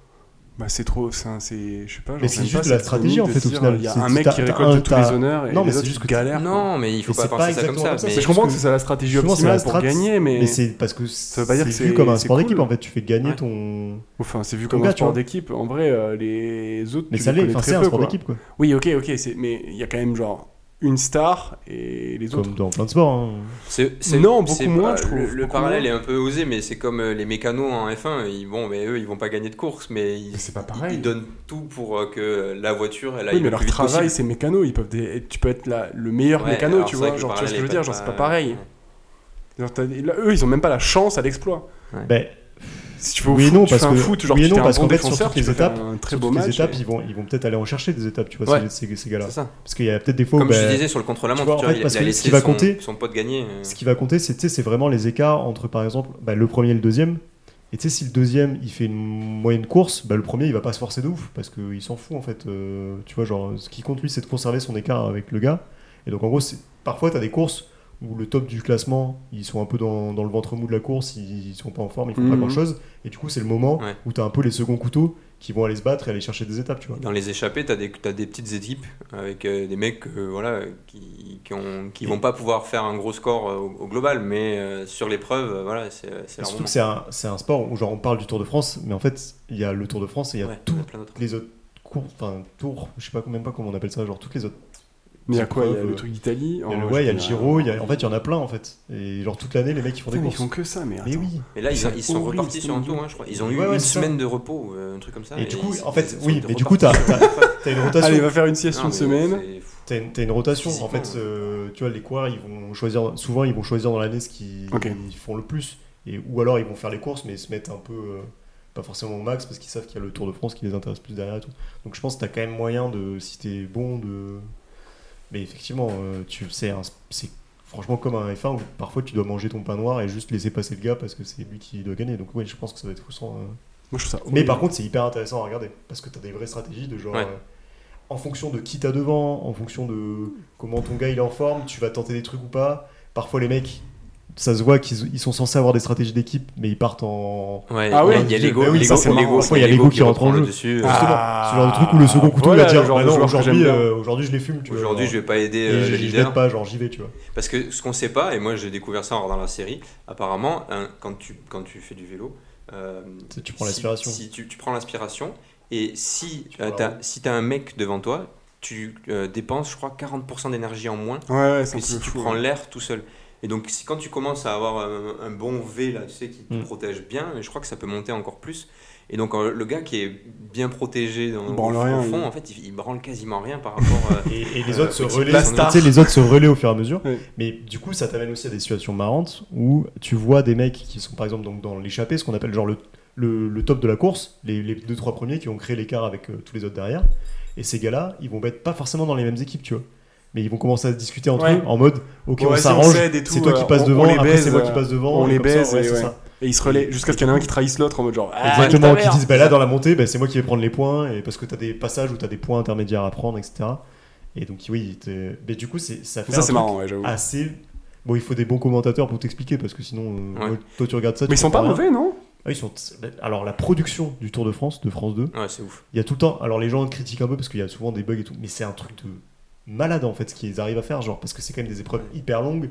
Bah, c'est trop. c'est un- C'est. Je sais pas. genre, Mais c'est j'aime juste pas de la cette stratégie, dynamique en de fait, se au dire, final. Il y a C'est- un mec t'as- qui t'as récolte un- tous les t'as- honneurs et Non, mais les c'est autres juste juste que t'as- galèrent. quoi. Non, mais il faut Mais pas c'est penser pas ça comme ça. exactement comme ça, mais- Mais je comprends que c'est ça la stratégie Justement, c'est optimale la pour strat, gagner, Mais mais. c'est parce que veut pas c'est dire que vu c'est- comme un c'est sport d'équipe cool. en fait. Tu fais gagner Ouais. ton. Enfin, c'est vu Ton comme gars, un tu vois. sport d'équipe. En vrai, euh, les autres. Mais tu ça les l'est, connais enfin, très c'est un peu, sport quoi. d'équipe quoi. Oui, ok, ok. c'est- Mais il y a quand même, genre, une star et les autres. Comme dans plein de sports. hein. C'est- c'est- Non, beaucoup c'est moins, pas- je trouve, Le, le beaucoup parallèle moins. est un peu osé, mais c'est comme euh, les mécanos en F1. Ils, bon, mais eux, ils vont pas gagner de course, mais ils, Mais c'est pas ils- Ah pareil. ils donnent tout pour euh, que la voiture elle aille Oui, mais le leur plus vite travail, possible. c'est mécano. Ils peuvent des- Tu peux être la- le meilleur Ouais, mécano, alors tu c'est vois. vrai que Genre, le tu vois ce que je veux parallèle dire est Genre, c'est pas pas- pareil. Genre, t'as- là, eux, ils ont même pas la chance à l'exploit. Ben, Si tu veux au Oui et foot, non, tu parce fais un que- foot, genre, oui et tu non, t'es un parce bon qu'en fait, sur défenseur, toutes tu les peux faire étapes, un très sur beau toutes les match. étapes, et- ils vont ils vont peut-être aller en chercher des étapes. Tu vois Ouais. ces- ces ces gars-là. C'est ça. Parce qu'il y a peut-être des fois où. Comme je ben, disais sur le contre la tu montre, vois, en tu fait, vois, il parce a que laissé ce qui va son- compter- son pote gagner. euh. Ce qui va compter, c'est tu sais, c'est vraiment les écarts entre, par exemple, bah, le premier et le deuxième. Et tu sais, si le deuxième, il fait une moyenne course, bah, le premier, il va pas se forcer de ouf, parce qu'il s'en fout, en fait. Euh, tu vois, genre, ce qui compte, lui, c'est de conserver son écart avec le gars. Et donc, en gros, c'est- parfois, tu as des courses où le top du classement, ils sont un peu dans, dans le ventre mou de la course, ils, ils sont pas en forme, ils font pas Mhm. grand-chose. Et du coup, c'est le moment Mm. Ouais. où tu as un peu les seconds couteaux qui vont aller se battre et aller chercher des étapes, tu vois. Dans les échappées, t'as des, t'as des petites équipes avec euh, des mecs euh, voilà, qui, qui, ont, qui vont pas pouvoir faire un gros score euh, au, au global, mais euh, sur l'épreuve, euh, voilà, c'est c'est Et leur Surtout moment. que c'est un, c'est un sport où, genre, on parle du Tour de France, mais en fait, il y a le Tour de France et il y a Ouais, tout plein d'autres. les autres cours, enfin tours, je sais pas même pas comment on appelle ça, genre toutes les autres. Mais il y a quoi Il y a Euh, le truc d'Italie. il y a le, en- ouais, il y a le en- Giro, il y a- en fait il y en a plein en fait. Et genre toute l'année les mecs ils font des Putain, mais ils courses. font que ça, mais Mais attends. oui. Mais là, ils, C'est ils sont horrible, c'est repartis sur un horrible. tour, hein, je crois. Ils ont eu Ouais, ouais, une c'est ça. semaine de repos, euh, un truc comme ça. Ah, Et du coup, ils- en ils fait, sont oui, de mais du coup repartis t'as sur t'as- l'épreuve. t'as une rotation. Allez, va faire une sieste Non, une mais semaine. c'est fou. T'as une, t'as une rotation. Physiquement, En fait, euh, tu vois, les coureurs, ils vont choisir, souvent, ils vont choisir dans l'année ce qu'ils Ok. ils font le plus. Et, ou alors, ils vont faire les courses, mais ils se mettent un peu, euh, pas forcément au max, parce qu'ils savent qu'il y a le Tour de France qui les intéresse plus derrière et tout. Donc, je pense que t'as quand même moyen de, si t'es bon, de. Mais effectivement, euh, tu c'est un- c'est franchement comme un F1 où parfois tu dois manger ton pain noir et juste laisser passer le gars parce que c'est lui qui doit gagner. Donc, ouais, je pense que ça va être frustrant. euh, Moi, je trouve ça mais horrible. par contre, c'est hyper intéressant à regarder parce que t'as des vraies stratégies de genre. Ouais. euh, en fonction de qui t'as devant, en fonction de comment ton gars il est en forme, tu vas tenter des trucs ou pas. Parfois, les mecs, ça se voit qu'ils ils sont censés avoir des stratégies d'équipe, mais ils partent en. Ouais, Ah il y a- oui, il y a je- l'ego, bah oui, l'ego, ça, c'est marrant. l'ego, Parfois, il y a l'ego qui rentre en reprend le jeu. dessus. Ah, Justement, c'est le genre de truc où le second couteau voilà va le dire genre bah de non, joueur que aujourd'hui, j'aime bien. euh, aujourd'hui, je les fume. tu vois, Aujourd'hui, genre. je vais pas aider Et euh, je- le je leader. l'aide pas, genre j'y vais, tu vois. Parce que ce qu'on sait pas, et moi j'ai découvert ça en regardant la série, apparemment, hein, quand, tu, quand tu fais du vélo, euh, Tu- Tu prends si- l'aspiration. Si, tu, tu prends l'aspiration, et si Tu tu as prends la roue. si t'as un mec devant toi, tu euh, dépenses, je crois, 40% d'énergie en moins Ouais, ouais, c'est que un si peu tu fou. prends ouais. l'air tout seul. Et donc, si, quand tu commences à avoir euh, un, un bon V, là, tu sais, qui te Mm. protège bien, et je crois que ça peut monter encore plus. Et donc, euh, le gars qui est bien protégé dans, Il branle au, rien, au fond, il- en fait, il, il branle quasiment rien par rapport. [LAUGHS] euh, Et, et les Euh, autres se petite relaient. place tu sais, star. les autres se relaient au fur et à mesure. Oui. Mais du coup, ça t'amène aussi à des situations marrantes où tu vois des mecs qui sont par exemple donc dans l'échappée, ce qu'on appelle genre le, le, le top de la course, les, les deux trois premiers qui ont créé l'écart avec euh, tous les autres derrière. Et ces gars-là, ils vont être pas forcément dans les mêmes équipes, tu vois. Mais ils vont commencer à se discuter entre Ouais. eux en mode Ok, Ouais, on vas-y, on s'arrange, s'aide et c'est tout, toi qui euh, passes on- devant, on les après c'est baise, moi qui euh, passe devant, on et les comme ça, baise ouais, et c'est ouais. ça. Et ils se relaient jusqu'à ce qu'il y en ait un qui trahisse l'autre en mode genre. Ah, Exactement, ta qui mère. disent bah là dans la montée, bah, c'est moi qui vais prendre les points, et parce que t'as des passages où t'as des points intermédiaires à prendre, etc. Et donc oui, t'es- mais du coup c'est- ça fait Ça, un c'est truc marrant, ouais, j'avoue. assez. Bon, il faut des bons commentateurs pour t'expliquer parce que sinon, euh, Ouais. moi, toi tu regardes ça. tu Mais ils sont pas comprends rien. mauvais, non Ah, ils sont. Alors la production du Tour de France, de France 2, Ouais, c'est ouf. il y a tout le temps. Alors les gens critiquent un peu parce qu'il y a souvent des bugs et tout, mais c'est un truc de malade en fait ce qu'ils arrivent à faire, genre parce que c'est quand même des épreuves hyper longues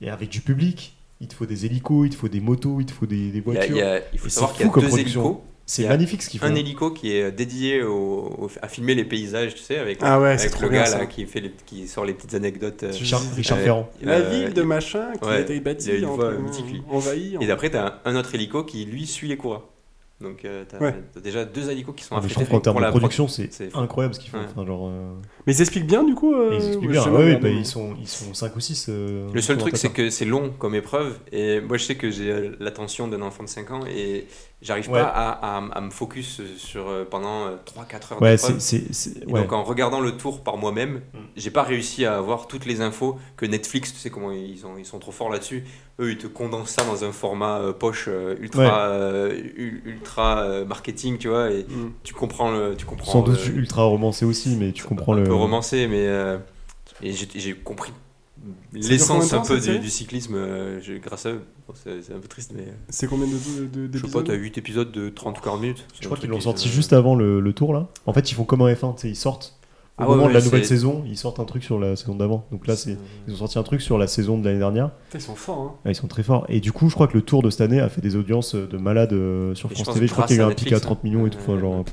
et avec du public. Il te faut des hélicos, il te faut des motos, il te faut des, Il, y des a- voitures. il y a- il faut Et c'est savoir fou qu'il y a comme deux production. hélicos. il y C'est a magnifique ce qu'ils font. Un hélico qui est euh, dédié au- au- à filmer les paysages, tu sais, avec, Ah ouais, c'est avec trop le bien gars ça. là, qui, fait les- qui sort les petites anecdotes. euh, Richard, Richard euh, Ferrand. La euh, ville de machin qui ouais, a été bâtie il a une en- voix mythique, lui. envahie. en- Et d'après, tu as un autre hélico qui, lui, suit les coureurs. Donc, tu as, Ouais. déjà deux hélicos qui sont Non, Ah, mais je affrétés trouve qu'en termes pour de la production, c'est c'est fou. incroyable ce qu'ils font. Ouais. Enfin, genre, euh, Mais ils expliquent bien du coup. euh, et ils expliquent ouais, bien. j'ai Ouais, jamais ouais, bah, regardé. ils, sont, ils sont 5 ou euh, 6. Le seul truc, c'est que c'est long comme épreuve. Et moi, je sais que j'ai euh, l'attention d'un enfant de 5 ans et j'arrive Ouais. pas à, à- à me focus sur, euh, pendant 3-4 heures Ouais, c'est. d'épreuve. c'est- c'est- Et ouais. Donc en regardant le tour par moi-même, Mm. j'ai pas réussi à avoir toutes les infos que Netflix, tu sais comment ils, ont, ils sont trop forts là-dessus. Eux, ils te condensent ça dans un format euh, poche euh, ultra Ouais. euh, u- ultra euh, marketing, tu vois, et Mm. tu comprends le, tu comprends. Sans doute euh, ultra romancé aussi, mais tu comprends un le. peu romancé, mais euh, et j'ai j'ai compris dure combien l'essence un de temps, peu cette du, série du cyclisme euh, je- grâce à eux. Bon, c'est c'est un peu triste, mais euh, C'est combien de- de- de- je sais pas, d'épisodes t'as 8 épisodes de 30 ou 40 minutes. Je crois qu'ils l'ont sorti euh, juste avant le, le tour là. En fait, ils font comme un F1, tu sais, ils sortent au Ah ouais, moment ouais, de la c'est- nouvelle saison, ils sortent un truc sur la saison d'avant. Donc là, c'est ils ont sorti un truc sur la saison de l'année dernière. Putain, Ils sont forts, hein. Ah, ils sont très forts. Et du coup, je crois que le tour de cette année a fait des audiences de malades euh, Et sur je France pense TV. Je crois qu'il y a eu grâce un à pic à Netflix, 30 millions et tout. euh, Enfin, genre,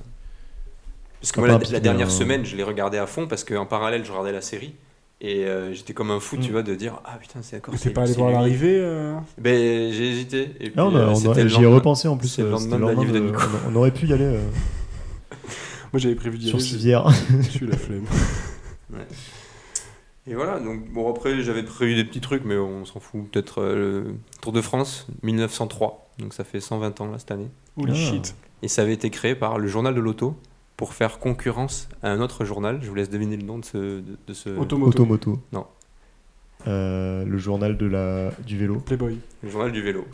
Parce que Pas moi, la, un petit, la dernière mais un- semaine, je l'ai regardé à fond parce qu'en parallèle, je regardais la série. Et euh, j'étais comme un fou, tu Mm. vois, de dire Ah putain, c'est d'accord. Mais c'est- T'es pas allé c'est voir lui. l'arrivée euh Ben, j'ai hésité. Et puis, Là, Ah, on a- euh, on c'était a- le j'y ai lendemain. repensé en plus. C'est le euh, lendemain c'était de la le livre de lendemain de- On aurait pu y [LAUGHS] aller euh, Moi j'avais prévu d'y sur aller. Civière. j'ai- J'ai eu la flemme. Et voilà, donc bon, après, j'avais prévu des petits trucs, mais on s'en fout. Peut-être euh, le Tour de France 1903. Donc ça fait 120 ans là cette année. [LAUGHS] Holy Ah. shit. Et ça avait été créé par le journal de l'auto pour faire concurrence à un autre journal. Je vous laisse deviner le nom de ce. De, de ce Automoto. Automoto. Non. Euh, le journal de la... du vélo. Playboy. le journal du vélo.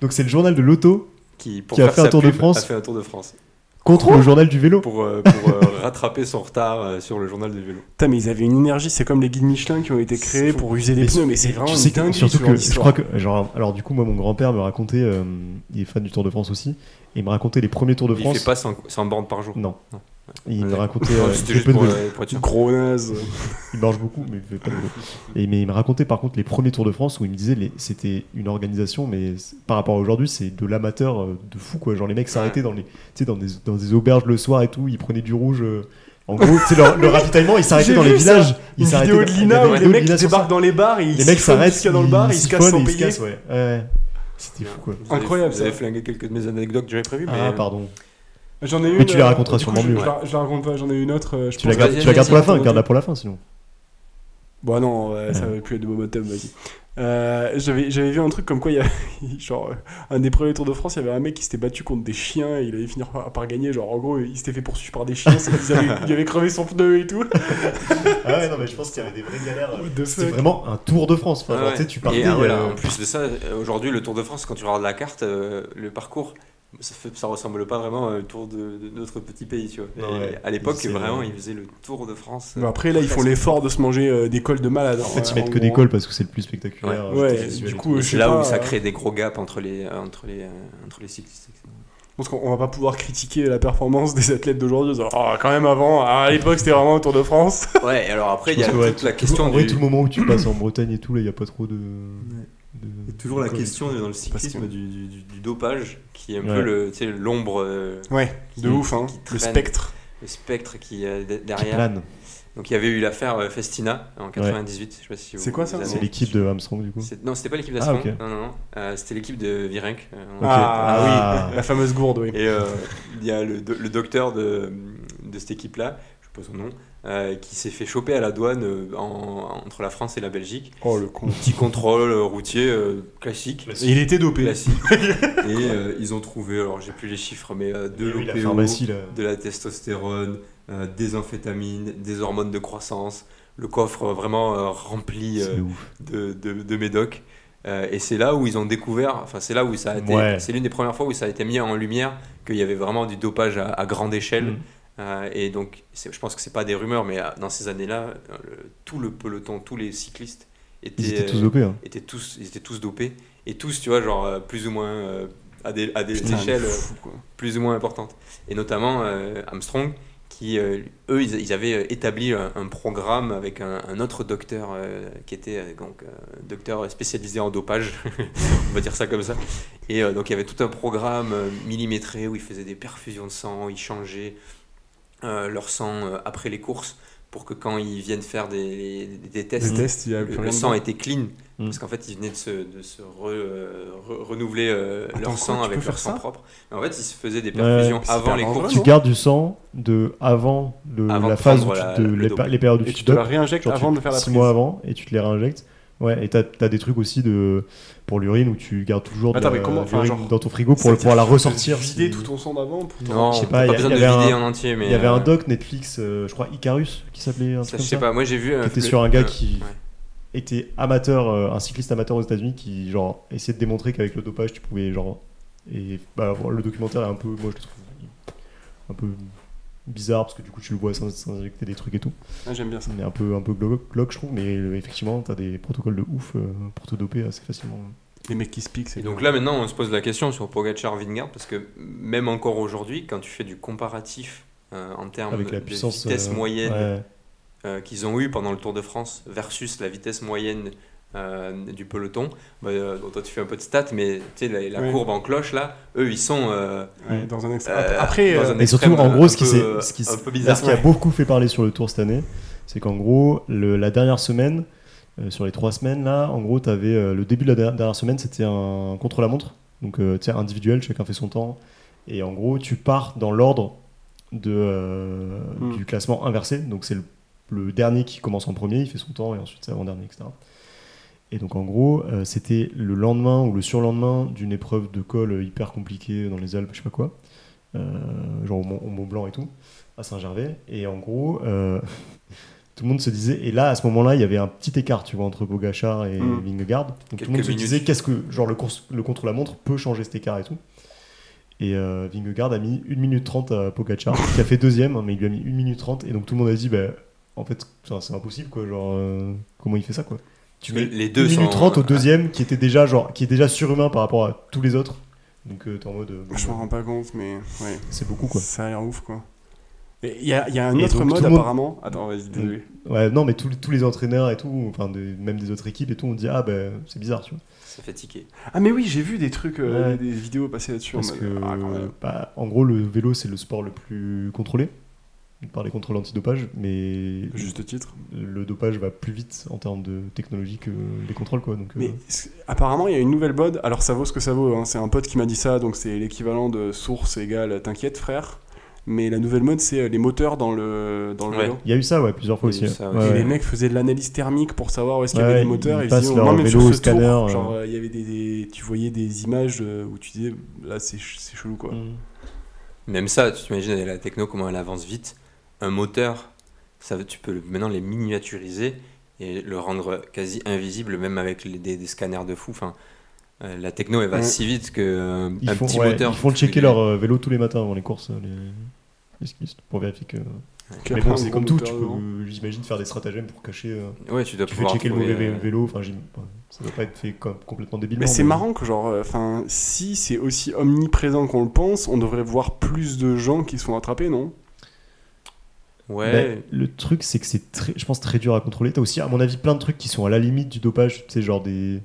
Donc c'est le journal de l'auto Qui, pour Qui a faire fait un sa Tour de pub, France. A fait un Tour de France. contre le journal du vélo. Pour, euh, pour, euh, [LAUGHS] rattraper son retard euh, sur le journal du vélo. Putain, mais ils avaient une énergie, c'est comme les guides Michelin qui ont été C'est créés fou. pour user des Mais pneus, mais c'est vraiment Tu une sais que- dinguerie, surtout ce genre que je d'histoire. crois que genre alors du coup moi mon grand-père me racontait euh, il est fan du Tour de France aussi et il me racontait les premiers Tours de Il France. fait pas 100, 100 bornes par jour. Non. Non. Il me Ouais. racontait Non, euh, il C'était fait juste peu de pour, vélo. euh, pour être sûr. Gros naze. Il marche beaucoup, mais il fait pas de vélo. Et mais il me racontait par contre les premiers Tours de France où il me disait les- c'était une organisation, mais c'est- par rapport à aujourd'hui, c'est de l'amateur euh, de fou quoi. Genre les mecs s'arrêtaient dans les, tu sais, dans des dans des auberges le soir et tout, ils prenaient du rouge. euh, en gros, tu sais, leur, leur ravitaillement, ils s'arrêtaient J'ai dans les vu ça. villages. Ils Une s'arrêtaient Ah vidéo de dans- il y Lina avait une où les vidéo de mecs Lina sur ça. débarquent dans les bars, ils Les siphonnent mecs s'arrêtent, ce qu'il y a dans le bar, ils se cassent sans siphonnent, ils se payer. cassent, ouais. Ouais, ouais. C'était fou quoi. Vous avez- Incroyable, Vous avez ça. flingué quelques de mes anecdotes que j'avais prévues, mais Ah euh, pardon. J'en ai une. Mais tu les euh, raconteras du coup, sûrement je- mieux. Je, la- je la raconte pas, j'en ai une autre. euh, je Tu la pense- gardes, Vas-y, tu la gardes vas-y, pour la fin, vas-y. garde-la pour la fin sinon. Bon, non, Ouais, ouais. euh, ça va plus être de momentum, vas-y. Euh, J'avais j'avais vu un truc comme quoi, il y avait, [LAUGHS] genre, euh, un des premiers Tours de France, il y avait un mec qui s'était battu contre des chiens et il allait finir par, par gagner. Genre, en gros, il s'était fait poursuivre par des chiens, c'est- ils avaient- il avait crevé son pneu [LAUGHS] et tout. Ah ouais, non, mais je pense qu'il y avait des vraies galères. euh. What the C'était fuck vraiment un tour de France. Enfin, Ah genre, ouais. tu sais, tu partais. Et, ah, voilà, euh, En plus de ça, euh, aujourd'hui, le Tour de France, quand tu regardes la carte, euh, le parcours, ça, fait- ça ressemble pas vraiment au tour de, de notre petit pays. Tu vois. Non, Et ouais. À l'époque, C'est- euh, vraiment, ils faisaient le Tour de France. Mais après, là, ils font l'effort de se manger euh, des cols de malade. En fait, hein, ils mettent que gros, des hein. cols parce que c'est le plus spectaculaire. Ouais, euh, visuel du et coup, tout. Et je c'est sais là pas, où ça euh, crée des gros gaps entre les, entre les, euh, entre les cyclistes. etc. Je pense qu'on on va pas pouvoir critiquer la performance [LAUGHS] des athlètes d'aujourd'hui. en disant, Ah, quand même, avant, à l'époque, c'était vraiment le Tour de [LAUGHS] France. [LAUGHS] Ouais, et alors après, il y a Je pense que, ouais, toute la tout- question. En vrai, du- tout le moment [LAUGHS] où tu passes en Bretagne et tout, là, il n'y a pas trop de. de- Et toujours la de- question dans le Parce cyclisme du, du- du- du dopage, qui est un Ouais. peu le, tu sais, l'ombre, euh, Ouais, de Qui- ouf, hein. qui Le traîne. spectre. le spectre qui est de- qui derrière. plane. Donc il y avait eu l'affaire euh, Festina en 98. Je sais pas si vous- C'est quoi ça vous avez- C'est l'équipe de Armstrong, du coup. C'est- Non, c'était pas l'équipe Ah, d'Aston. ok. Non, non, non. Euh, c'était l'équipe de Virenque. euh, en- Ok. Ah, Ah. La fameuse gourde, oui. Et euh, il y a le, do- le docteur de, de cette équipe-là, je sais pas son nom, euh, qui s'est fait choper à la douane euh, en- entre la France et la Belgique. Oh, le [LAUGHS] con. Petit contrôle euh, routier euh, classique. Et il était dopé. classique. [LAUGHS] et euh, ils ont trouvé, alors j'ai plus les chiffres, mais euh, de Et oui, la l'OPO, pharmacie, là. de la testostérone, euh, des amphétamines, des hormones de croissance, le coffre euh, vraiment euh, rempli euh, C'est ouf. de, de, de médoc. Euh, et c'est là où ils ont découvert, enfin c'est là où ça a été, Ouais. c'est l'une des premières fois où ça a été mis en lumière qu'il y avait vraiment du dopage à, à grande échelle. Mm. Euh, et donc c'est- je pense que c'est pas des rumeurs, mais euh, dans ces années-là, euh, le- tout le peloton, tous les cyclistes étaient, Ils étaient tous euh, dopés. hein. étaient tous, ils étaient tous dopés et tous, tu vois, genre euh, plus ou moins euh, à des, à des Putain, échelles il est euh, fou, quoi. plus ou moins importantes. Et notamment euh, Armstrong, qui euh, eux, ils, ils avaient euh, établi un, un programme avec un, un autre docteur euh, qui était euh, donc euh, un docteur spécialisé en dopage, [LAUGHS] on va dire ça comme ça. Et euh, donc il y avait tout un programme euh, millimétré où ils faisaient des perfusions de sang, ils changeaient euh, leur sang euh, après les courses pour que quand ils viennent faire des, des tests, Les tests, il y a plus Mmh. le, le rien sang dedans. était clean. Mm. Parce qu'en fait, ils venaient de se, de se re- euh, re- renouveler euh, Attends, leur quoi, sang tu peux avec leur faire sang ça propre. Mais en fait, ils se faisaient des Ouais, perfusions c'est avant hyper les dangereux, courses. Tu gardes du sang de avant, le- Avant de la phase où prendre tu la- te- le les, dopage. pa- les périodes où Et tu, tu te te la dopes. réinjectes Genre, avant tu- de faire la six prise. mois avant et tu te les réinjectes. Ouais, et t'as as des trucs aussi de pour l'urine où tu gardes toujours de Attends, la- mais comment- enfin, l'urine genre, dans ton frigo Ça pour veut pouvoir la dire qu'il faut ressortir. Vider si- tout ton sang d'avant pour ton- Non, Je sais t'as pas, pas, il y a- besoin il y de avait vider un- en entier. Mais Il y avait euh, un doc Netflix, euh, je crois Icarus, qui s'appelait un ça, truc je comme sais ça. pas, moi j'ai vu. euh, était le- sur un gars euh, qui- ouais. était amateur, euh, un cycliste amateur aux États-Unis qui genre essayait de démontrer qu'avec le dopage tu pouvais genre et bah voilà, le documentaire est un peu moi je le trouve un peu bizarre parce que du coup tu le vois s'in- s'injecter des trucs et tout. Ah, J'aime bien ça. On est un peu un peu glo- glauque je trouve mais euh, effectivement t'as des protocoles de ouf euh, pour te doper assez facilement. Les mecs qui se piquent, c'est Et donc là, maintenant, on se pose la question sur Pogacar-Vingard parce que même encore aujourd'hui, quand tu fais du comparatif euh, en termes Avec la de puissance vitesse euh, moyenne ouais. euh, qu'ils ont eu pendant le Tour de France versus la vitesse moyenne euh, du peloton. Bah, euh, bon, toi, tu fais un peu de stats, mais tu sais, la, la Oui. courbe en cloche, là, eux, ils sont. euh, Ouais, dans un extra- euh, Après, dans euh, un Et surtout, extrême en un gros, ce qui, peu, s'est- euh, ce qui, un s'est- peu bizarre. ce qui a beaucoup fait parler sur le tour cette année, c'est qu'en gros, le- la dernière semaine, euh, sur les trois semaines, là, en gros, t'avais, euh, le début de la der- dernière semaine, c'était un contre-la-montre. Donc, euh, tu sais, individuel, chacun fait son temps. Et en gros, tu pars dans l'ordre de, euh, Hmm. du classement inversé. Donc, c'est le, le dernier qui commence en premier, il fait son temps, et ensuite, c'est avant-dernier, etc. Et donc en gros, euh, c'était le lendemain ou le surlendemain d'une épreuve de col euh, hyper compliquée dans les Alpes, je sais pas quoi, Euh, genre au Mont, au Mont Blanc et tout, à Saint-Gervais. Et en gros, euh, [LAUGHS] tout le monde se disait, et là à ce moment-là, il y avait un petit écart, tu vois, entre Bogachar et Mm. Vingegaard. Donc tout Mmh. Quelques le monde se minutes. disait, qu'est-ce que, genre le, course- le contre-la-montre peut changer cet écart et tout. Et euh, Vingegaard a mis 1 minute 30 à Pogacar, qui a fait deuxième, hein, mais il lui a mis 1 minute 30. Et donc tout le monde a dit, bah, en fait, enfin, c'est impossible, quoi. Genre, euh, comment il fait ça, quoi Tu Parce que les deux hein. 1 minute sont- euh, 30 au deuxième, qui était déjà, genre, qui est déjà surhumain par rapport à tous les autres. Donc euh, t'es en mode, euh, bon, je m'en bah, rends pas compte, mais ouais, c'est beaucoup, quoi. ça a l'air ouf quoi. Et Il y a, il y a un Et autre donc, tout mode le monde- apparemment. Attends, vas-y, désolé. Ouais, non, mais tous, les- tous les entraîneurs et tout, enfin, des- même des autres équipes et tout, on dit, ah, bah, c'est bizarre, tu vois. Ça fait tiquer. Ah, mais oui, j'ai vu des trucs, euh, Ouais. des vidéos passer là-dessus. en Parce mode, que, ah, quand même. bah, en gros, le vélo, c'est le sport le plus contrôlé par les contrôles antidopage, mais Juste titre. le dopage va plus vite en termes de technologie que les contrôles, quoi. Donc, euh, Mais c- apparemment, il y a une nouvelle mode. Alors, ça vaut ce que ça vaut. hein. C'est un pote qui m'a dit ça, donc c'est l'équivalent de source égale t'inquiète, frère. Mais la nouvelle mode, c'est euh, les moteurs dans le, dans le Ouais. vélo. Il y a eu ça, ouais, plusieurs fois Il y a aussi. eu ça, ouais. ouais. Et Ouais, les ouais. mecs faisaient de l'analyse thermique pour savoir où est-ce qu'il y Ouais, avait des ils moteurs. Ils, passent disaient, leur moi, même vélo sur au ce tour, scanner, euh. genre, euh, il y avait des, des- tu voyais des images euh, où tu disais, là, c'est ch- c'est chelou, quoi. Mm. Même ça, tu t'imagines la techno, comment elle avance vite. Un moteur, ça, tu peux le- maintenant les miniaturiser et le rendre quasi invisible, même avec les- des, des scanners de fou. Enfin, euh, la techno, elle va Ouais. si vite que euh, Ils un font, petit ouais, moteur. ils font tu- checker leur euh, vélo tous les matins avant les courses, euh, les, les cyclistes, pour vérifier que. Qu'il y a Mais pas bon, un c'est gros comme tout, moteur tu peux, devant. euh, j'imagine, faire des stratagèmes pour cacher. euh, Ouais, tu dois tu fais pouvoir. checker le trouver, mauvais vé- euh, vélo, enfin, j'im- ouais, ça doit pas être fait comme complètement débile. Mais c'est marrant que, genre, euh, enfin, si c'est aussi omniprésent qu'on le pense, on devrait voir plus de gens qui se font attraper, non euh, Ouais. le truc, c'est que c'est très, je pense, très dur à contrôler. T'as aussi, à mon avis, plein de trucs qui sont à la limite du dopage. Tu sais, genre des,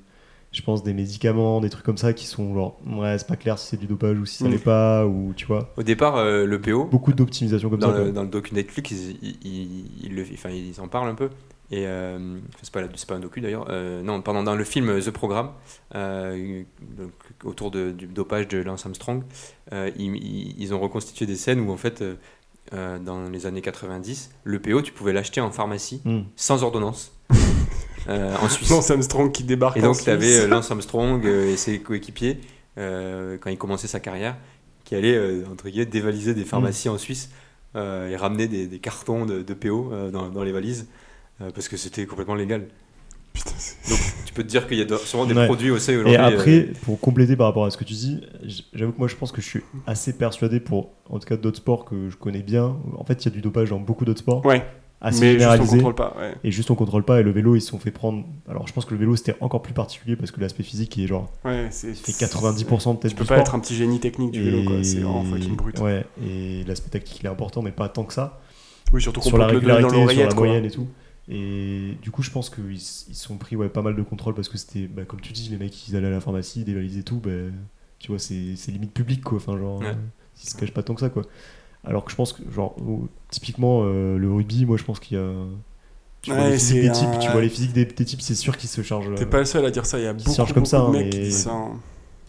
je pense, des médicaments, des trucs comme ça qui sont genre, ouais, c'est pas clair si c'est du dopage ou si ça Mm. l'est pas, ou tu vois. Au départ, euh, le PO, Beaucoup d'optimisation comme dans ça. le, quoi. dans le docu Netflix, ils, ils- ils- ils le- enfin, ils en parlent un peu. Et euh, enfin, c'est pas, la- c'est pas un docu d'ailleurs. Euh, non, pardon, dans le film The Programme, euh, donc, autour de- du dopage de Lance Armstrong, euh, ils, ils- ils ont reconstitué des scènes où en fait, euh, euh, dans les années 90, le PO, tu pouvais l'acheter en pharmacie Mm. sans ordonnance [LAUGHS] euh, en Suisse. Non, Armstrong qui débarque. Et en donc, Suisse. tu avais euh, Lance Armstrong euh, et ses coéquipiers, euh, quand il commençait sa carrière, qui allaient, euh, entre guillemets, dévaliser des pharmacies Mm. en Suisse euh, et ramener des, des cartons de, de PO euh, dans, dans les valises, euh, parce que c'était complètement légal. Putain, c'est- Donc, tu peux te dire qu'il y a de- sûrement des Ouais. produits aussi aujourd'hui. Et euh, après, pour compléter par rapport à ce que tu dis, j- j'avoue que moi je pense que je suis assez persuadé pour, en tout cas d'autres sports que je connais bien, en fait il y a du dopage dans beaucoup d'autres sports, Ouais, assez mais juste on généralisé, contrôle pas. ouais. et juste on contrôle pas, et le vélo ils se sont fait prendre, alors je pense que le vélo c'était encore plus particulier parce que l'aspect physique est genre, Ouais, c'est il fait 90% peut-être Tu peux du pas sport. être un petit génie technique du vélo, quoi. C'est vraiment fucking brut. Ouais, et l'aspect tactique il est important, mais pas tant que ça, Oui, surtout qu'on sur la porte le doigt dans régularité, sur la l'oreillette, quoi. moyenne et tout. Et du coup, je pense qu'ils s- ils se sont pris ouais, pas mal de contrôle parce que c'était, bah, comme tu dis, les mecs ils allaient à la pharmacie, dévalisaient tout, bah, tu vois, c'est c'est limite public quoi. Enfin, genre, Ouais. euh, ils se cachent pas tant que ça quoi. Alors que je pense que, genre, au- typiquement euh, le rugby, moi je pense qu'il y a. Tu vois Ouais, les physiques c'est des types, un- tu vois les physiques des, des types, c'est sûr qu'ils se chargent. T'es euh, pas le seul à dire ça, il y a beaucoup, se charge comme beaucoup ça, de hein, mecs qui mais- disent ça. [LAUGHS] hein.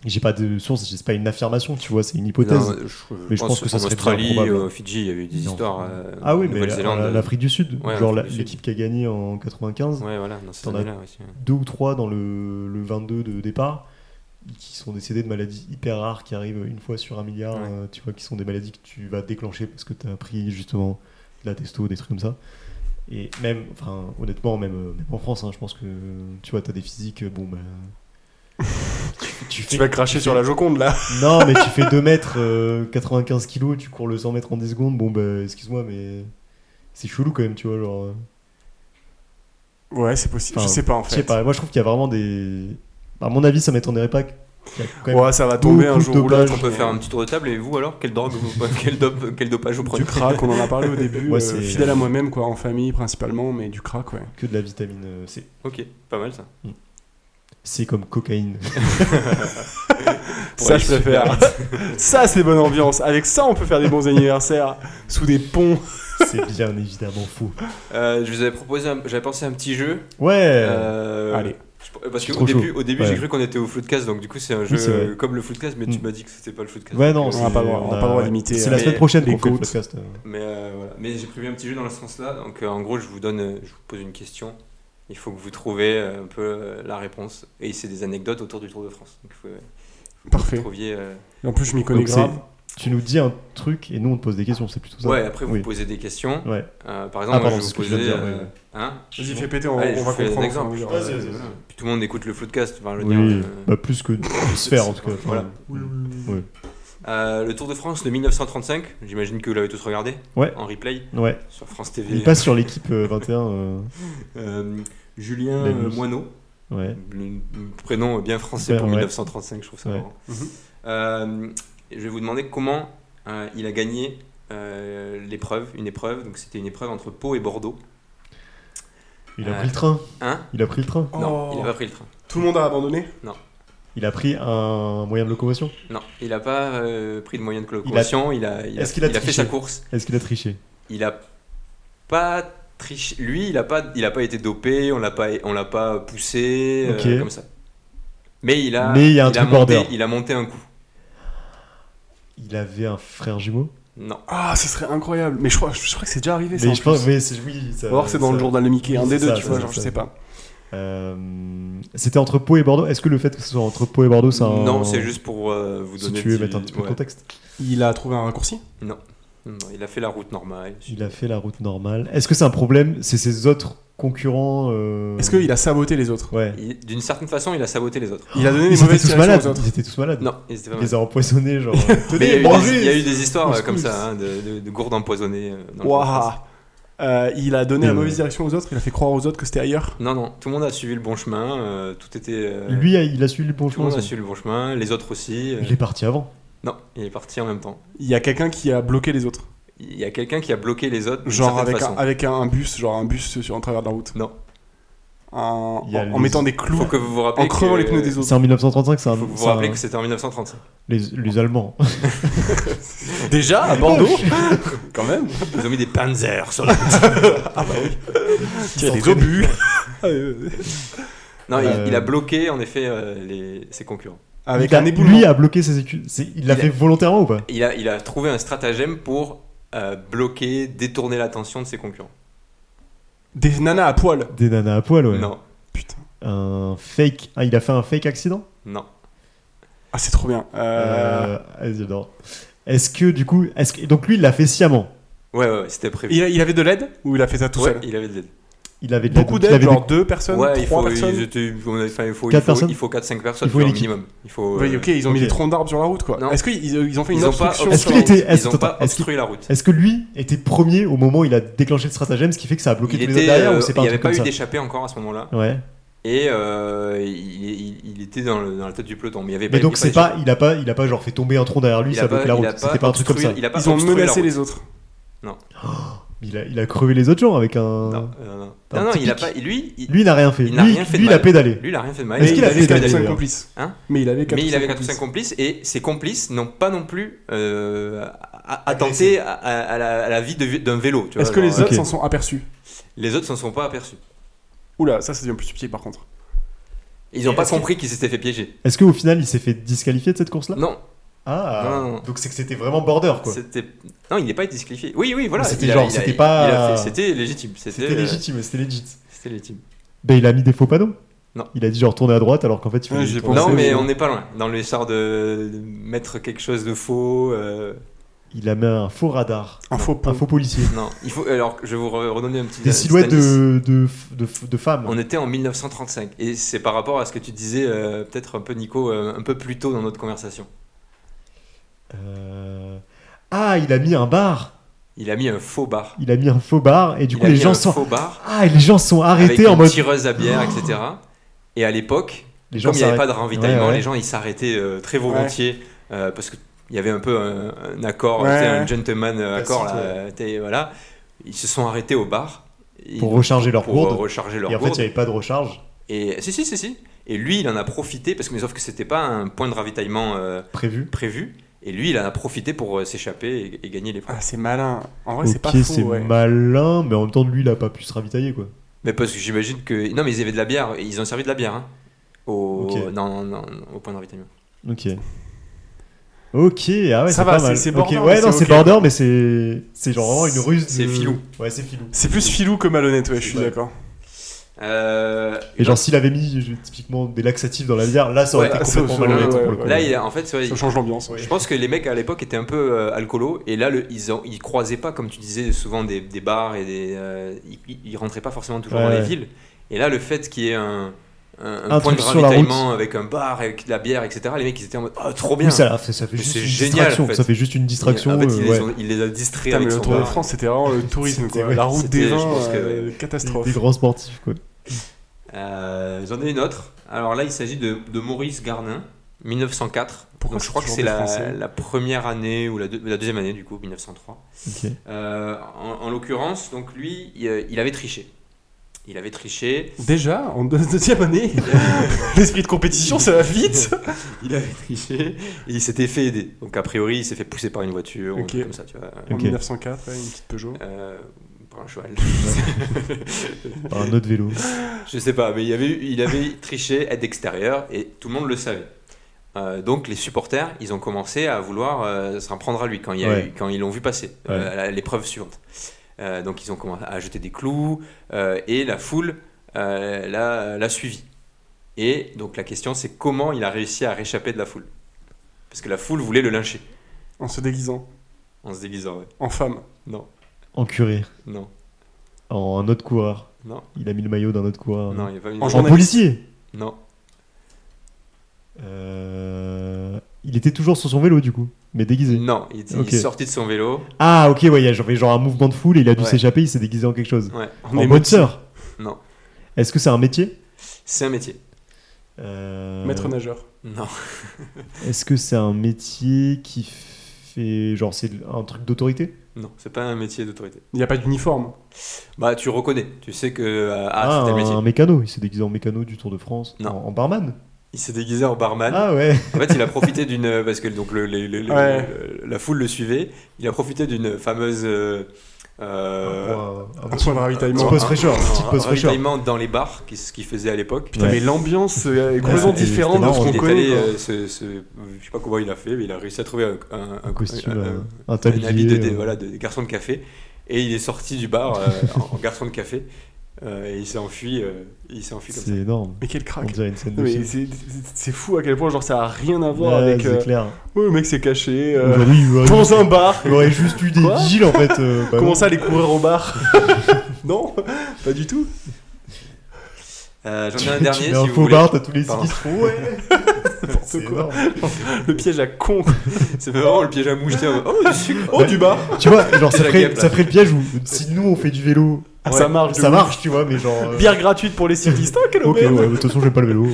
J'ai pas de source, c'est pas une affirmation, tu vois, c'est une hypothèse. non, je, Mais je pense que ça en serait bien Australie, probable. euh, Fidji, il y a eu des Non. histoires. euh, ah oui, mais Nouvelle-Zélande. la- l'Afrique du Sud, Ouais, genre la- l'Afrique du Sud. l'équipe qui a gagné en 95, Ouais, voilà, dans cette T'en as- année-là aussi. ouais. deux ou trois dans le, le 22 de départ qui sont décédés de maladies hyper rares qui arrivent une fois sur un milliard, Ouais. euh, tu vois, qui sont des maladies que tu vas déclencher parce que tu as pris justement de la testo, des trucs comme ça. Et même, enfin, honnêtement, même, euh, même en France, hein, je pense que tu vois, tu as des physiques, euh, bon, bah. [LAUGHS] tu, Tu [LAUGHS] vas cracher sur la Joconde, là. Non, mais tu fais 2 mètres, euh, 95 kilos, tu cours le 100 mètres en 10 secondes, bon, bah, excuse-moi, mais c'est chelou quand même, tu vois, genre. euh, Ouais, c'est possible. Enfin, je sais pas, en Je sais fait. pas, moi je trouve qu'il y a vraiment des. À mon avis, ça m'étonnerait pas qu'il y a quand même. Ouais, ça va tomber un beaucoup jour de ou l'autre. plages. On peut faire un petit tour de table et vous alors Quelle drogue vous- [LAUGHS] quel, dop- quel dopage vous prenez Du crack, on en a parlé [LAUGHS] au début. Ouais, euh, c'est- fidèle à moi-même, quoi, en famille principalement, mais du crack, ouais. que de la vitamine euh, C. Ok, pas mal ça. C'est comme cocaïne. Ça, aller je super préfère. [LAUGHS] ça, c'est bonne ambiance. Avec ça, on peut faire des bons anniversaires sous des ponts. C'est bien évidemment faux. Euh, je vous avais proposé, un- j'avais pensé à un petit jeu. Ouais Euh, Allez. je- Parce suis qu'au trop début, chaud. au début Ouais. j'ai cru qu'on était au Floodcast, donc du coup c'est un c'est jeu vrai. euh, comme le Floodcast, mais tu Mm. m'as dit que c'était pas le Floodcast. Ouais, non, Donc, euh, on a pas le droit- on a pas le droit ouais. d'imiter, C'est euh, la semaine prochaine les qu'on fait le côtes. podcast. euh. Mais, euh, voilà. mais j'ai prévu un petit jeu dans ce sens-là. Donc euh, en gros, je vous donne, euh, je vous pose une question. Il faut que vous trouviez euh, un peu euh, la réponse. Et c'est des anecdotes autour du Tour de France. Donc il faut, euh, faut que Parfait. vous trouviez. euh, Et en plus, je m'y connais Donc, c'est- grave. Tu nous dis un truc et nous on te pose des questions, c'est plutôt ça. Ouais, après vous Oui. posez des questions. Ouais. Euh, par exemple, moi, Ah, je vais pardon, c'est vous ce que je viens de poser. dire, euh, ouais. hein Vas-y, fais péter, on, Allez, je on va vous fais un comprendre. exemple. enfin, Vas-y, vas-y, euh, vas-y. Puis tout le monde écoute le Floodcast. Enfin, je veux Oui, dire, euh, bah, plus que de se [LAUGHS] faire en tout cas. Voilà. Enfin, oui, oui, oui. Ouais. Euh, le Tour de France de 1935, j'imagine que vous l'avez tous regardé Ouais. en replay Ouais, sur France TV. il passe sur l'équipe euh, 21. euh, Euh, Julien La nuit. euh, Moineau, Ouais. le le prénom bien français Ouais, pour ouais. 1935, je trouve ça Ouais. marrant. Mhm. Euh, je vais vous demander comment euh, il a gagné euh, l'épreuve, une épreuve, donc c'était une épreuve entre Pau et Bordeaux. Il a Ouais. pris le train. Hein Il a pris le train. Oh. Non, il n'a pas pris le train. Tout le monde a abandonné Il a pris un moyen de locomotion. Non, il n'a pas euh, pris de moyen de locomotion, il a, il a, Est-ce qu'il a il a fait triché sa course. Est-ce qu'il a triché il a pas triché. Lui, il a pas, il a pas été dopé, on l'a pas, on l'a pas poussé euh, Ok. comme ça. Mais il a, Mais il y a un truc monté, border. il a monté un coup. Il avait un frère jumeau Non. Ah, ce serait incroyable. Mais je crois, je crois que c'est déjà arrivé ça. en Mais je pense, plus. mais c'est- oui, ça- Ou alors c'est dans le ça- journal de Mickey, un oui, des c'est deux, ça, tu c'est vois, ça, genre je ça. sais pas. Euh, C'était entre Pau et Bordeaux. Est-ce que le fait que ce soit entre Pau et Bordeaux, ça. Non, c'est juste pour euh, vous Si donner. tu veux petit- mettre un petit peu de ouais. contexte. Il a trouvé un raccourci Non, Il a fait la route normale. Il a fait la route normale. Est-ce que c'est un problème C'est ses autres concurrents. euh, Est-ce qu'il a saboté les autres Ouais. Il- D'une certaine façon, il a saboté les autres. Il a donné Ils les étaient mauvaises tous directions malades. aux autres. Ils étaient tous malades. Non, ils étaient pas Il mal. les a empoisonnés, genre. euh, Mais il y a Tenez, eu des- il y a mangez eu des histoires On se euh, comme pousse. ça, hein, de, de- de gourdes empoisonnées. euh, dans le Waouh Euh, Il a donné la Mais mauvaise ouais. direction aux autres, il a fait croire aux autres que c'était ailleurs. Non, non, tout le monde a suivi le bon chemin. euh, tout était. euh, Lui, a- il a suivi le bon tout le monde chemin. a suivi le bon chemin. Les autres aussi. euh, Il est parti avant. Non, il est parti en même temps. Il y a quelqu'un qui a bloqué les autres. Il y a quelqu'un qui a bloqué les autres. d'une Genre certaine avec, un, façon. avec un, un bus, genre un bus sur, en travers de la route. Non. Un- Il y a en, les- en mettant des clous, Faut que euh, vous vous rappelez. en crevant que- les pneus des autres. C'est en 1935, c'est un. Faut que vous vous c'est un- rappelez que c'était en 1930. les, les Allemands. Déjà, à Bordeaux, quand même. Ils ont mis des panzers sur la Il y a des obus. Non, il- Euh. il, a bloqué en effet euh, les- ses concurrents. [LAUGHS] Avec Il a- un éboulement. Lui a bloqué ses écu- c'est- Il l'a Il a- fait volontairement ou pas Il a, il a trouvé un stratagème pour euh, bloquer, détourner l'attention de ses concurrents. Des nanas à poil. Des nanas à poil, ouais. Non, Putain. Un fake. Ah, il a fait un fake accident non. Ah, c'est trop bien. Euh, Euh, ah, j'adore. Est-ce que du coup. Est-ce que... Donc lui, il l'a fait sciemment. Ouais, ouais, ouais, c'était prévu. Il, a- il avait de l'aide ou il a fait ça tout Ouais, seul il avait de l'aide. Il avait de la- Beaucoup donc, il d'aide, avait des- genre deux personnes, Ouais, il trois faut, personnes. ils étaient- on a- enfin, il faut, il Quatre faut- personnes il faut 4-5 personnes Il faut genre, une équipe. minimum. Il faut, Oui, euh, ok, ils ont mis ok. des troncs d'arbres sur la route, quoi. Non. Est-ce qu'ils ils ont fait une Ils ont pas obstruction Est-ce sur qu'il la Est-ce route était. Ils Est-ce ont pas attends, est-ce qu'il- obstrué la route. est-ce que lui était premier au moment où il a déclenché le stratagème, ce qui fait que ça a bloqué Il tous les était, autres derrière euh, ou c'est il pas n'y un avait truc pas comme eu ça d'échappée encore à ce moment-là. Ouais. Et euh, il, il- il était dans, le- dans la tête du peloton. Mais, il y avait Mais il donc y avait c'est pas, il a pas, il a pas genre fait tomber un tronc derrière lui, d'échappée. Il ça a bloque pas- il la a route. C'était pas un truc comme obstrué- ça. il a pas Ils ont obstrué la menacé route. les autres. Il a, il a crevé les autres gens avec un. Non, hein. non, non. Un Non, non, petit il a pic. pas. Lui, il, Lui il n'a rien fait. Il n'a lui, rien fait de lui, il a mal. pédalé. lui, il a rien fait de mal. Mais Il Est-ce qu'il a avait juste quatre ou pédalé. pédalé, cinq d'ailleurs complices Hein Mais il avait 4 Mais il avait 4 ou 5 complices et ses complices n'ont pas non plus euh, a- attenté à, à- à la, à la vie de- d'un vélo. tu vois, Est-ce que genre, les euh, autres ok. s'en sont aperçus les autres s'en sont pas aperçus Oula, ça, ça devient plus subtil par contre. Ils n'ont pas Est-ce que- compris qu'ils s'étaient fait piéger. Est-ce qu'au final il s'est fait disqualifier de cette course-là Non, Ah. Non, non, non. Donc c'est que c'était vraiment border quoi. c'était. Non, il n'est pas été disqualifié. Oui, oui, voilà. Mais c'était il a- genre, il a- c'était pas- il a fait- C'était légitime. C'était C'était euh, légitime, c'était legit. c'était légitime. Ben il a mis des faux panneaux. Non. Il a dit genre tourner à droite alors qu'en fait il Ouais, fallait j'ai tourner- pensé, Non, mais au- on n'est pas loin. Dans le sort de de mettre quelque chose de faux. euh, Il a mis un faux radar, Un faux pont. un faux policier. Non, il faut. Alors, je vais vous re- redonner un petit. Des euh, silhouettes Stanis. de, de, de- de femmes. On était en 1935 et c'est par rapport à ce que tu disais euh, peut-être un peu Nico euh, un peu plus tôt dans notre conversation. Euh, Ah, il a mis un bar. Il a mis un faux bar. Il a mis un faux bar et du Il coup a les mis gens un sont faux bar ah et les gens sont avec arrêtés une en mode tireuse à [GASPS] bière etc. Et à l'époque, les gens comme il n'y avait s'arrêtent. pas de renvitaillement, Ouais, ouais. les gens ils s'arrêtaient euh, très volontiers euh, parce que il y avait un peu un, un accord, Ouais. tu sais, un gentleman euh, Classique, accord là. ouais. euh, t'es- voilà, ils se sont arrêtés au bar et- pour recharger leur pour, euh, gourde. recharger leur Et en fait, il gourde. n'y avait pas de recharge Et si si si si. Et lui, il en a profité parce que mais sauf que c'était pas un point de ravitaillement. euh, prévue. prévu. Et lui, il en a profité pour euh, s'échapper et, et gagner l'épreuve. Ah, c'est malin. En vrai, c'est pas ok, faux. c'est ouais. malin, mais en même temps, lui, il a pas pu se ravitailler quoi. Mais parce que j'imagine que. Non, mais ils avaient de la bière. Ils ont servi de la bière. hein, au... Ok. Non, non, non, au point de ravitaillement. Ok. Ok, ah ouais, Ça c'est va, pas c'est- mal. c'est Ok, border, mais Ouais, non, c'est c'est ok. border, mais c'est c'est genre vraiment une C'est- ruse. c'est de- filou. Ouais, c'est filou. C'est plus filou que malhonnête, ouais, je suis Ouais. d'accord. Euh, Et genre, s'il avait mis je- typiquement des laxatifs dans la bière, là, ça aurait Ouais, ah, été ça, complètement ça, malhonnête ouais, pour le ouais, coup. Là, il a- en fait, ouais, Ça change l'ambiance. je pense que les mecs à l'époque étaient un peu euh, alcoolos. Et là, le, ils, ont, ils croisaient pas, comme tu disais, souvent des, des bars et des. euh, ils- ils, ils rentraient pas forcément toujours Ouais, dans les ouais. villes. Et là, le fait qu'il y ait un. Un, un Un point de truc sur la route. ravitaillement avec un bar, avec de la bière, etc. Les mecs, ils étaient en mode Oh, trop bien! Oui, ça, fait, ça fait Mais juste c'est une génial, distraction. en fait. Ça fait juste une distraction. en fait, il, euh, les ouais. ont- il les a distraits Putain, mais avec le son Tour de bar. France, c'était vraiment [LAUGHS] le tourisme, C'était- quoi. ouais, La route c'était- des je vins, pense que- euh, Des catastrophe. grands sportifs, quoi. Euh, J'en ai une autre. Alors là, il s'agit de, de Maurice Garnin, 1904. Pourquoi Donc, je crois que c'est c'est toujours des la, Français la première année ou la, deux- la deuxième année du coup, 1903. Ok. Euh, en en l'occurrence, donc lui, il, euh, il avait triché. Il [LAUGHS] avait triché. Déjà, en deux- deuxième [LAUGHS] année, l'esprit de compétition, ça va vite. Il avait triché. Et il s'était fait aider. Donc a priori, il s'est fait pousser par une voiture, ou un Ok. truc comme ça, tu vois. En Ok. 1904, ouais, une petite Peugeot. Euh, par un cheval. Par un autre vélo. Je sais pas, mais il avait, eu- il avait triché aide extérieure et tout le monde le savait. Euh, donc les supporters, ils ont commencé à vouloir euh, s'en prendre à lui quand, il y a Ouais. eu- quand ils l'ont vu passer, Ouais. euh, à la- l'épreuve suivante. Euh, donc ils ont commencé à jeter des clous euh, et la foule euh, l'a, l'a suivi. Et donc la question c'est comment il a réussi à réchapper de la foule. Parce que la foule voulait le lyncher En se déguisant. en se déguisant. ouais. En femme. Non, En curé, non, en un autre coureur. non, Il a mis le maillot d'un autre coureur. non, il n'y a pas eu. En Ah En journaliste. policier Non, Euh, Il était toujours sur son vélo du coup, mais déguisé. non, il, il est Ok. sorti de son vélo. Ah ok, ouais, il y a genre, genre un mouvement de foule et il a dû Ouais. s'échapper, il s'est déguisé en quelque chose. Ouais. En en émeute. moteur Non. Est-ce que c'est un métier C'est un métier. Euh, Maître nageur. Non, Est-ce que c'est un métier qui fait genre c'est un truc d'autorité non, c'est pas un métier d'autorité. Il n'y a pas d'uniforme. Bah, tu reconnais, tu sais que euh, ah, un, c'est un métier. mécano, il s'est déguisé en mécano du Tour de France, Non. En, en barman. Il s'est déguisé en barman. Ah ouais. En fait, il a profité d'une euh, parce que donc le- le- le- le- Ouais. le- la foule le suivait. Il a profité d'une fameuse euh, euh, Un Un point de ravitaillement. Petit pause fraîcheur, un- petite un pause fraîcheur. ravitaillement dans les bars, qui- ce qu'il faisait à l'époque. Putain, Ouais. mais l'ambiance euh, est complètement c'était- différente c'était de ce marrant, qu'on Il est connaît. allé, quoi. euh, se- se- je sais pas comment il a fait, mais il a réussi à trouver un, un- un- costume, un- euh, un- un un tablier. habit de, de- euh, voilà, de garçon de café. Et il est sorti du bar euh, en, en garçon de café. Euh, et il s'est enfui. euh, il s'est enfui comme ça. C'est énorme. Mais quel On crack. dirait une scène de Mais film. c'est- c'est c'est fou à quel point genre ça a rien à voir Ouais, avec. c'est euh, clair. Ouais, le mec s'est caché euh, Aujourd'hui, il aurait- dans un bar. il aurait juste eu des Quoi deals en fait. euh, bah Comment non. ça les courir au [LAUGHS] bar [LAUGHS] Non, pas du tout. Euh, J'en Tu- ai un tu dernier. mets Si un vous faux voulez. bar, t'as tous les Pardon. skis [LAUGHS] qui se font. Ouais, N'importe c'est quoi. énorme. Le piège à con. C'est vraiment le piège à mouche. t'es [LAUGHS] en mode, Oh, du sucre Oh, du bar. Tu vois, genre la ça ferait, guêpe, là. ça ferait le piège où si nous on fait du vélo, Ah, ça marche. de ça ouf. marche, tu vois, mais genre. euh, Bière gratuite pour les cyclistes. Ah, quelle Ok, ouais, aubaine. de toute façon, j'ai pas le [LAUGHS] vélo.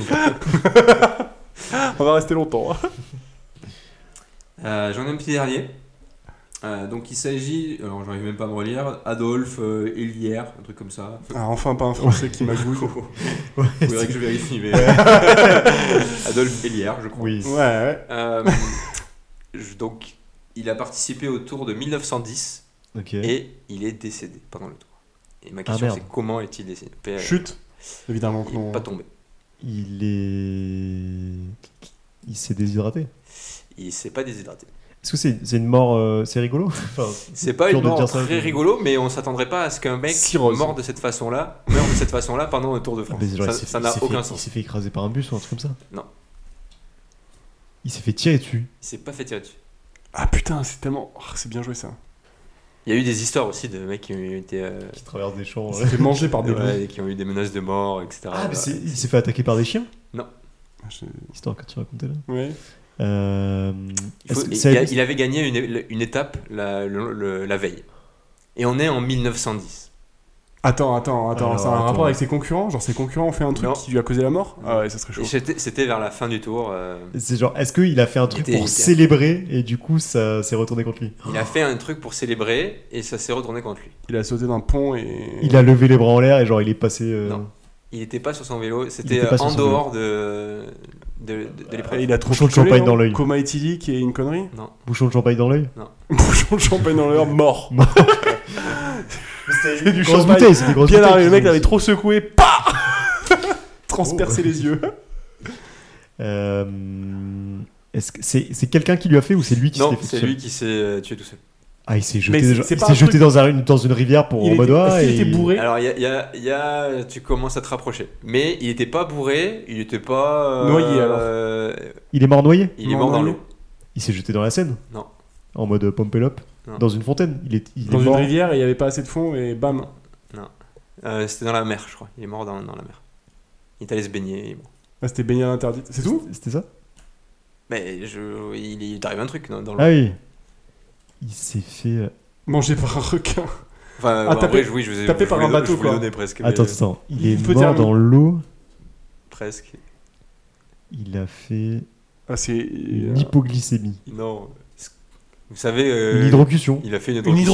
On va rester longtemps. hein. Euh, J'en ai un petit dernier. Euh, donc il s'agit, alors j'arrive même pas à me relire, Adolphe euh, Hélière, un truc comme ça. Ah, enfin pas un français qui magouille. [LAUGHS] Vous Ouais, c'est- verrez que je vérifie, mais. euh, [LAUGHS] Adolphe Hélière, je crois. Oui. ouais, ouais. Euh, je- donc il a participé au tour de 1910 Ok. et il est décédé pendant le tour. Et ma question merde. c'est comment est-il décédé Euh, Chute. Évidemment que Il n'est non. pas tombé. Il est. Il s'est déshydraté. Il s'est pas déshydraté. Est-ce que c'est c'est une mort. euh, c'est rigolo [LAUGHS] Enfin, C'est pas dur une de mort dire ça, très mais- rigolo, mais on s'attendrait pas à ce qu'un mec Cirrhose. mort de cette façon-là meure de cette façon-là pendant un tour de France. Ah, mais genre, Ça- il s'est- ça il n'a s'est aucun fait- Il sens. s'est fait écraser par un bus ou un truc comme ça Non. Il s'est fait tirer dessus. Il s'est pas fait tirer dessus. Ah putain, c'est tellement. Oh, c'est bien joué ça. Il y a eu des histoires aussi de mecs qui ont été euh, Qui traverse des champs. Il ouais. s'est fait manger par des loups. ouais, qui ont eu des menaces de mort, etc. Ah, mais c'est- il s'est fait attaquer par des chiens Je- Histoire que tu racontais là. Ah, Ouais. Euh, Il, faut- est-ce que il ça a- existe il avait gagné une, une étape la, le- le- la veille. Et on est en 1910. Attends, attends, attends. Alors, ça a un attends. rapport avec ses concurrents Genre ses concurrents ont fait un truc Non. qui lui a causé la mort Ah ouais, ça serait Et chaud. C'était c'était vers la fin du tour. euh, C'est genre, est-ce qu'il a fait un Il truc était- il pour était- célébrer et du coup ça s'est retourné contre lui il a fait un truc pour célébrer et ça s'est retourné contre lui. Il a sauté d'un pont et. Il a levé les bras en l'air et genre il est passé. euh, Non. Il n'était pas sur son vélo, était c'était pas euh, sur en son vélo. dehors de, de, de- de Ah, l'épreuve. il a trop Bouchon de picolé, champagne non dans l'œil. Coma éthylique et une connerie [LAUGHS] Bouchon de champagne dans l'œil Bouchon de champagne dans l'œil, mort. [LAUGHS] C'était du grosse champagne. bouteille, c'était des grosses Bien bouteilles arrivé, le qu'ils mec ont l'avait mis. trop secoué. PAH [LAUGHS] Transpercé Oh. les yeux. Euh, Est-ce que c'est c'est quelqu'un qui lui a fait ou c'est lui qui s'est Non, fait c'est seul lui qui s'est euh, tué tout seul. Ah, il s'est Mais jeté, c'est- déjà- c'est il pas s'est un jeté truc- dans, un- une- dans une rivière pour en Il mode, était, ah, est-ce qu'il et- était bourré Alors, il y a- il y a- il y a- tu commences à te rapprocher. Mais il n'était pas bourré, il n'était pas. Noyé, alors. euh, Il est mort noyé il est mort dans Noyé. l'eau. Il s'est jeté dans la Seine Non. En mode Pompelope Non. Dans une fontaine Il est, il est Dans une mort. rivière, et il n'y avait pas assez de fond et bam. Euh, C'était dans la mer, je crois. Il est mort dans, dans la mer. Il est allé se baigner. bon. Ah, C'était baigné à l'interdit. C'est tout C'était ça Mais je, il, il est arrivé un truc dans, dans l'eau. Ah oui. Il s'est fait. euh, Mangé par un requin. Enfin, Ah, bon, tapé- après, je, oui, je vous ai, tapé je par vous l'ai un don- bateau, je vous l'ai quoi. donné presque. Attends, mais- attends. Il est Faut mort terminer. dans l'eau. Presque. Il a fait Ah, c'est. une hypoglycémie. Non. Vous savez. euh, Une hydrocution. Il a fait une Une hydrocution.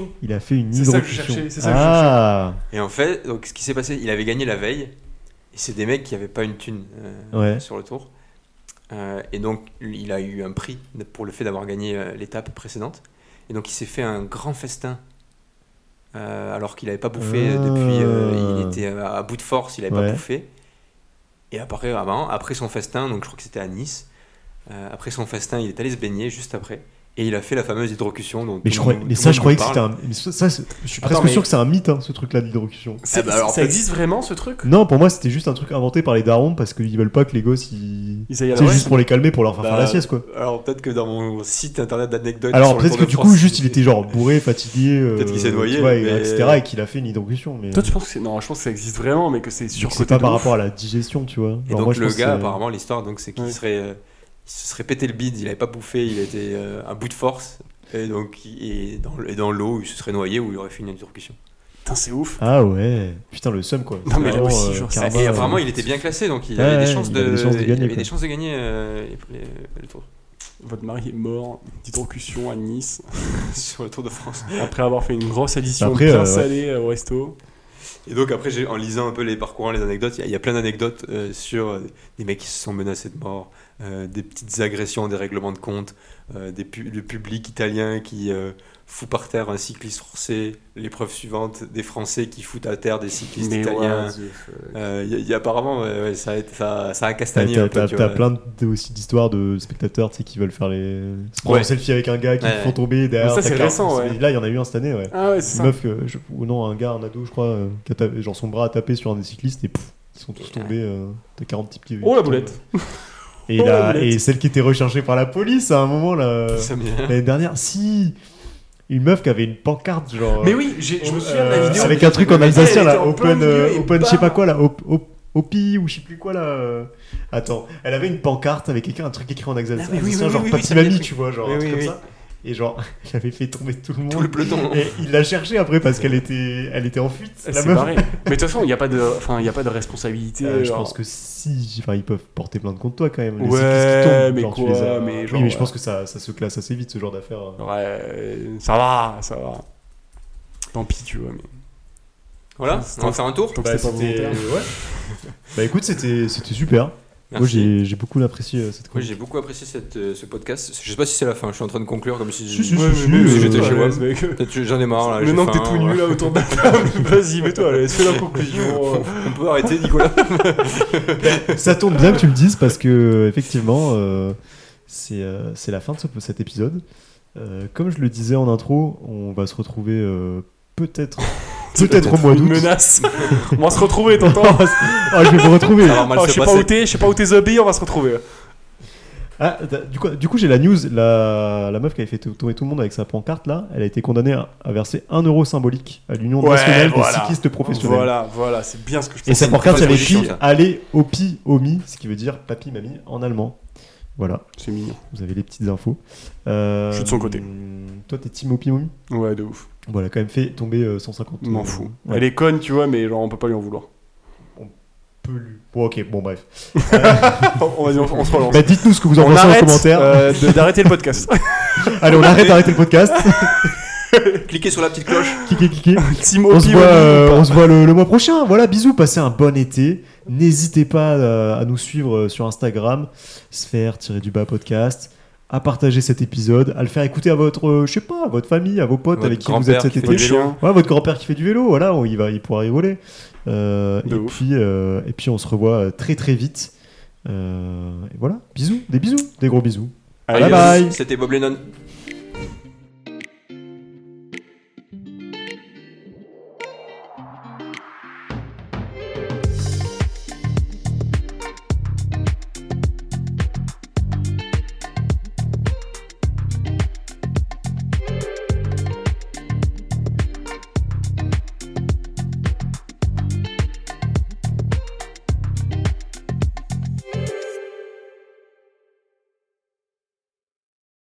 hydrocution. Il a fait une C'est ça que je hydrocution. cherchais, c'est ça que je ah Et en fait, donc, ce qui s'est passé, il avait gagné la veille. Et c'est des mecs qui n'avaient pas une thune euh, Ouais. sur le tour. Euh, et donc, lui, il a eu un prix de- pour le fait d'avoir gagné euh, l'étape précédente. Et donc, il s'est fait un grand festin. euh, alors qu'il n'avait pas bouffé euh, Ah. depuis. euh, il était à, à bout de force, il n'avait Ouais. pas bouffé. Et après, avant, après son festin, donc je crois que c'était à Nice, Euh, après son festin, il est allé se baigner juste après. Et il a fait la fameuse hydrocution. Dont Mais, tout je le croyais, monde- mais tout le ça, monde je croyais que parle. c'était un. mais ça, ça, c'est- je suis Attends, presque mais- sûr que c'est un mythe, hein, ce truc-là d'hydrocution. C'est- bah alors, ça peut-être- existe vraiment ce truc Non, pour moi, c'était juste un truc inventé par les darons parce qu'ils veulent pas que les gosses ils. Ils aillent à la C'est ouais, juste pour les calmer, pour leur faire faire la Bah, sieste, quoi. Alors peut-être que dans mon site internet d'anecdotes. Alors sur le peut-être Tour que de du France, coup, juste il était genre bourré, fatigué, euh, Peut-être qu'il s'est tu noyé, vois, et- mais- etc., et qu'il a fait une hydrocution. Mais Toi, tu penses que c'est. Non, je pense que ça existe vraiment, mais que c'est Donc, surcoté. c'est pas de par ouf. rapport à la digestion, tu vois. Et Genre, donc moi, je le pense que gars, c'est- apparemment, l'histoire, donc c'est qu'il Ouais. serait, euh, il se serait pété le bide, il avait pas bouffé, il était euh, un bout de force, et donc il- et dans, le- et dans l'eau, il se serait noyé ou il aurait fait une interruption. Putain, c'est ouf. Ah ouais, putain le seum quoi. Non, mais là Vraiment, aussi, euh, genre, karma, et euh, vraiment, il était bien classé, donc il Ouais, avait ouais, des chances il de, avait des chances de il gagner, avait quoi. des chances de gagner euh, les- les- le tour, Votre mari est mort d'hydrocution à Nice [LAUGHS] sur le Tour de France. après avoir fait une grosse addition Après, bien euh, ouais. salée euh, au resto. Et donc après, j'ai- en lisant un peu les parcours, les anecdotes, il y a- il y, a plein d'anecdotes euh, sur euh, des mecs qui se sont menacés de mort, euh, des petites agressions, des règlements de compte, euh, des pu- le public italien qui euh, fout par terre un cycliste forcé, l'épreuve suivante, des Français qui foutent à terre des cyclistes Mais italiens. ouais, the fuck. Euh, Il y, a- il y a apparemment, ouais, ouais, ça, a été- ça, ça a T'as, castagné t'as- un peu, t'as- tu t'as vois. plein de- aussi d'histoires de spectateurs tu sais, qui veulent faire les. se prendre Ouais. en selfie avec un gars qui Ouais. te font tomber derrière. Mais ça, ta c'est carte. récent, ouais. Et Là, il y en a eu un cette année, ouais. Ah ouais, Une c'est ça. meuf, que je- ou non, un gars, un ado, je crois, euh, qui a tapé- genre son bras a tapé sur un des cyclistes et pff, ils sont tous tombés. euh, T'as 40 petits petits. Oh la boulette Et, [LAUGHS] Oh, la la- boulette. et celle qui était recherchée par la police à un moment, là, euh, Ça me- [LAUGHS] l'année dernière, si Une meuf qui avait une pancarte, genre. Mais oui, j'ai- je me souviens de Euh, la vidéo. Avec un truc en Elle alsacien était là, en plein open, milieu euh, et open je bam sais pas quoi là, op, op- opi ou je sais plus quoi là. euh. Attends, elle avait une pancarte avec écrit- un truc écrit en alsacien, Ah, mais oui, alsacien, oui, genre oui, oui, papy ça me dit mamie, le tu vois, genre Oui, un oui, truc comme oui. ça. Et genre, [LAUGHS] elle avait fait tomber tout le monde. Tout le peloton. Et il l'a cherchée après parce qu'elle était, elle était en fuite. Elle la s'est meuf. barrée. Mais de toute façon, il n'y a pas de, enfin, il y a pas de responsabilité. Euh, je genre. pense que si, enfin, ils peuvent porter plainte contre toi quand même. Les Ouais, cyclistes qui tombent, mais genre, tu quoi, les as- mais genre, oui, mais ouais. je pense que ça, ça se classe assez vite ce genre d'affaire. hein. Ouais, euh, ça va, ça va. Tant pis, tu vois. Mais... Voilà, on va faire un tour. Tant que c'est pas volontaire. [LAUGHS] Bah écoute, c'était c'était super. Moi Merci. j'ai j'ai beaucoup apprécié euh, cette Moi, chronique. j'ai beaucoup apprécié cette, euh, ce podcast. Je sais pas si c'est la fin, je suis en train de conclure comme si, Si, si, Ouais, si, mais si, si euh, j'étais ouais. chez moi, mec. Peut-être J'en ai marre là. j'ai Maintenant que t'es faim, tout nu ouais. là autour de la [LAUGHS] table, vas-y, mets-toi, allez, fais la [LAUGHS] conclusion. On peut arrêter, [LAUGHS] Nicolas. Ça tombe bien que tu le dises parce que euh, effectivement, euh, c'est euh, c'est la fin de ce- cet épisode. Euh, comme je le disais en intro, on va se retrouver euh, [LAUGHS] peut-être peut-être au mois Une d'août. menace. on va se [LAUGHS] retrouver, Oh, t'entends je vais vous retrouver. Ça va mal Oh, se Je sais pas passer. où t'es, je sais pas où t'es obéi, on va se retrouver. Ah, t'as- du coup, du coup j'ai la news. La, la meuf qui avait fait tomber tout le monde avec sa pancarte là, elle a été condamnée à, à verser 1 euro symbolique à l'Union Ouais, nationale des voilà. cyclistes professionnels. Voilà, voilà, c'est bien ce que je Et pensais. sa une pancarte, bonne elle écrit solution, ça. Allez, opi, omi, ce qui veut dire papi, mamie en allemand. Voilà. C'est mignon. Vous avez les petites infos. Euh, Je suis de son côté. hum, Toi, t'es Team Opimomi Ouais, de ouf. Bon, elle a quand même fait tomber euh, 150. Je M'en euh, fous. ouais. Elle est conne, tu vois, mais genre on peut pas lui en [LAUGHS] vouloir. Pelu. Bon, ok, bon, bref. on, vas-y, on, on se relance. Bah, dites-nous ce que vous en on pensez en arrête commentaire. euh, de- d'arrêter le [LAUGHS] podcast. Allez, on arrête d'arrêter le podcast. [LAUGHS] Cliquez sur la petite cloche. cliquez, cliquez. Team On se Opi, voit, Omi, euh, ou pas on se voit le, le mois prochain. Voilà, bisous, passez un bon été. N'hésitez pas euh, à nous suivre euh, sur Instagram, sphère-du-bas podcast, à partager cet épisode, à le faire écouter à votre, euh, je sais pas, à votre famille, à vos potes Votre avec qui vous êtes grand-père cet qui été. fait Votre du chien. vélo. Ouais, votre grand-père qui fait du vélo, voilà, on- il, va, il pourra rigoler. Euh, De et, ouf. puis, euh, et puis on se revoit euh, très très vite. Euh, et voilà, bisous, des bisous, des gros bisous. Allez, bye. C'était Bob Lennon.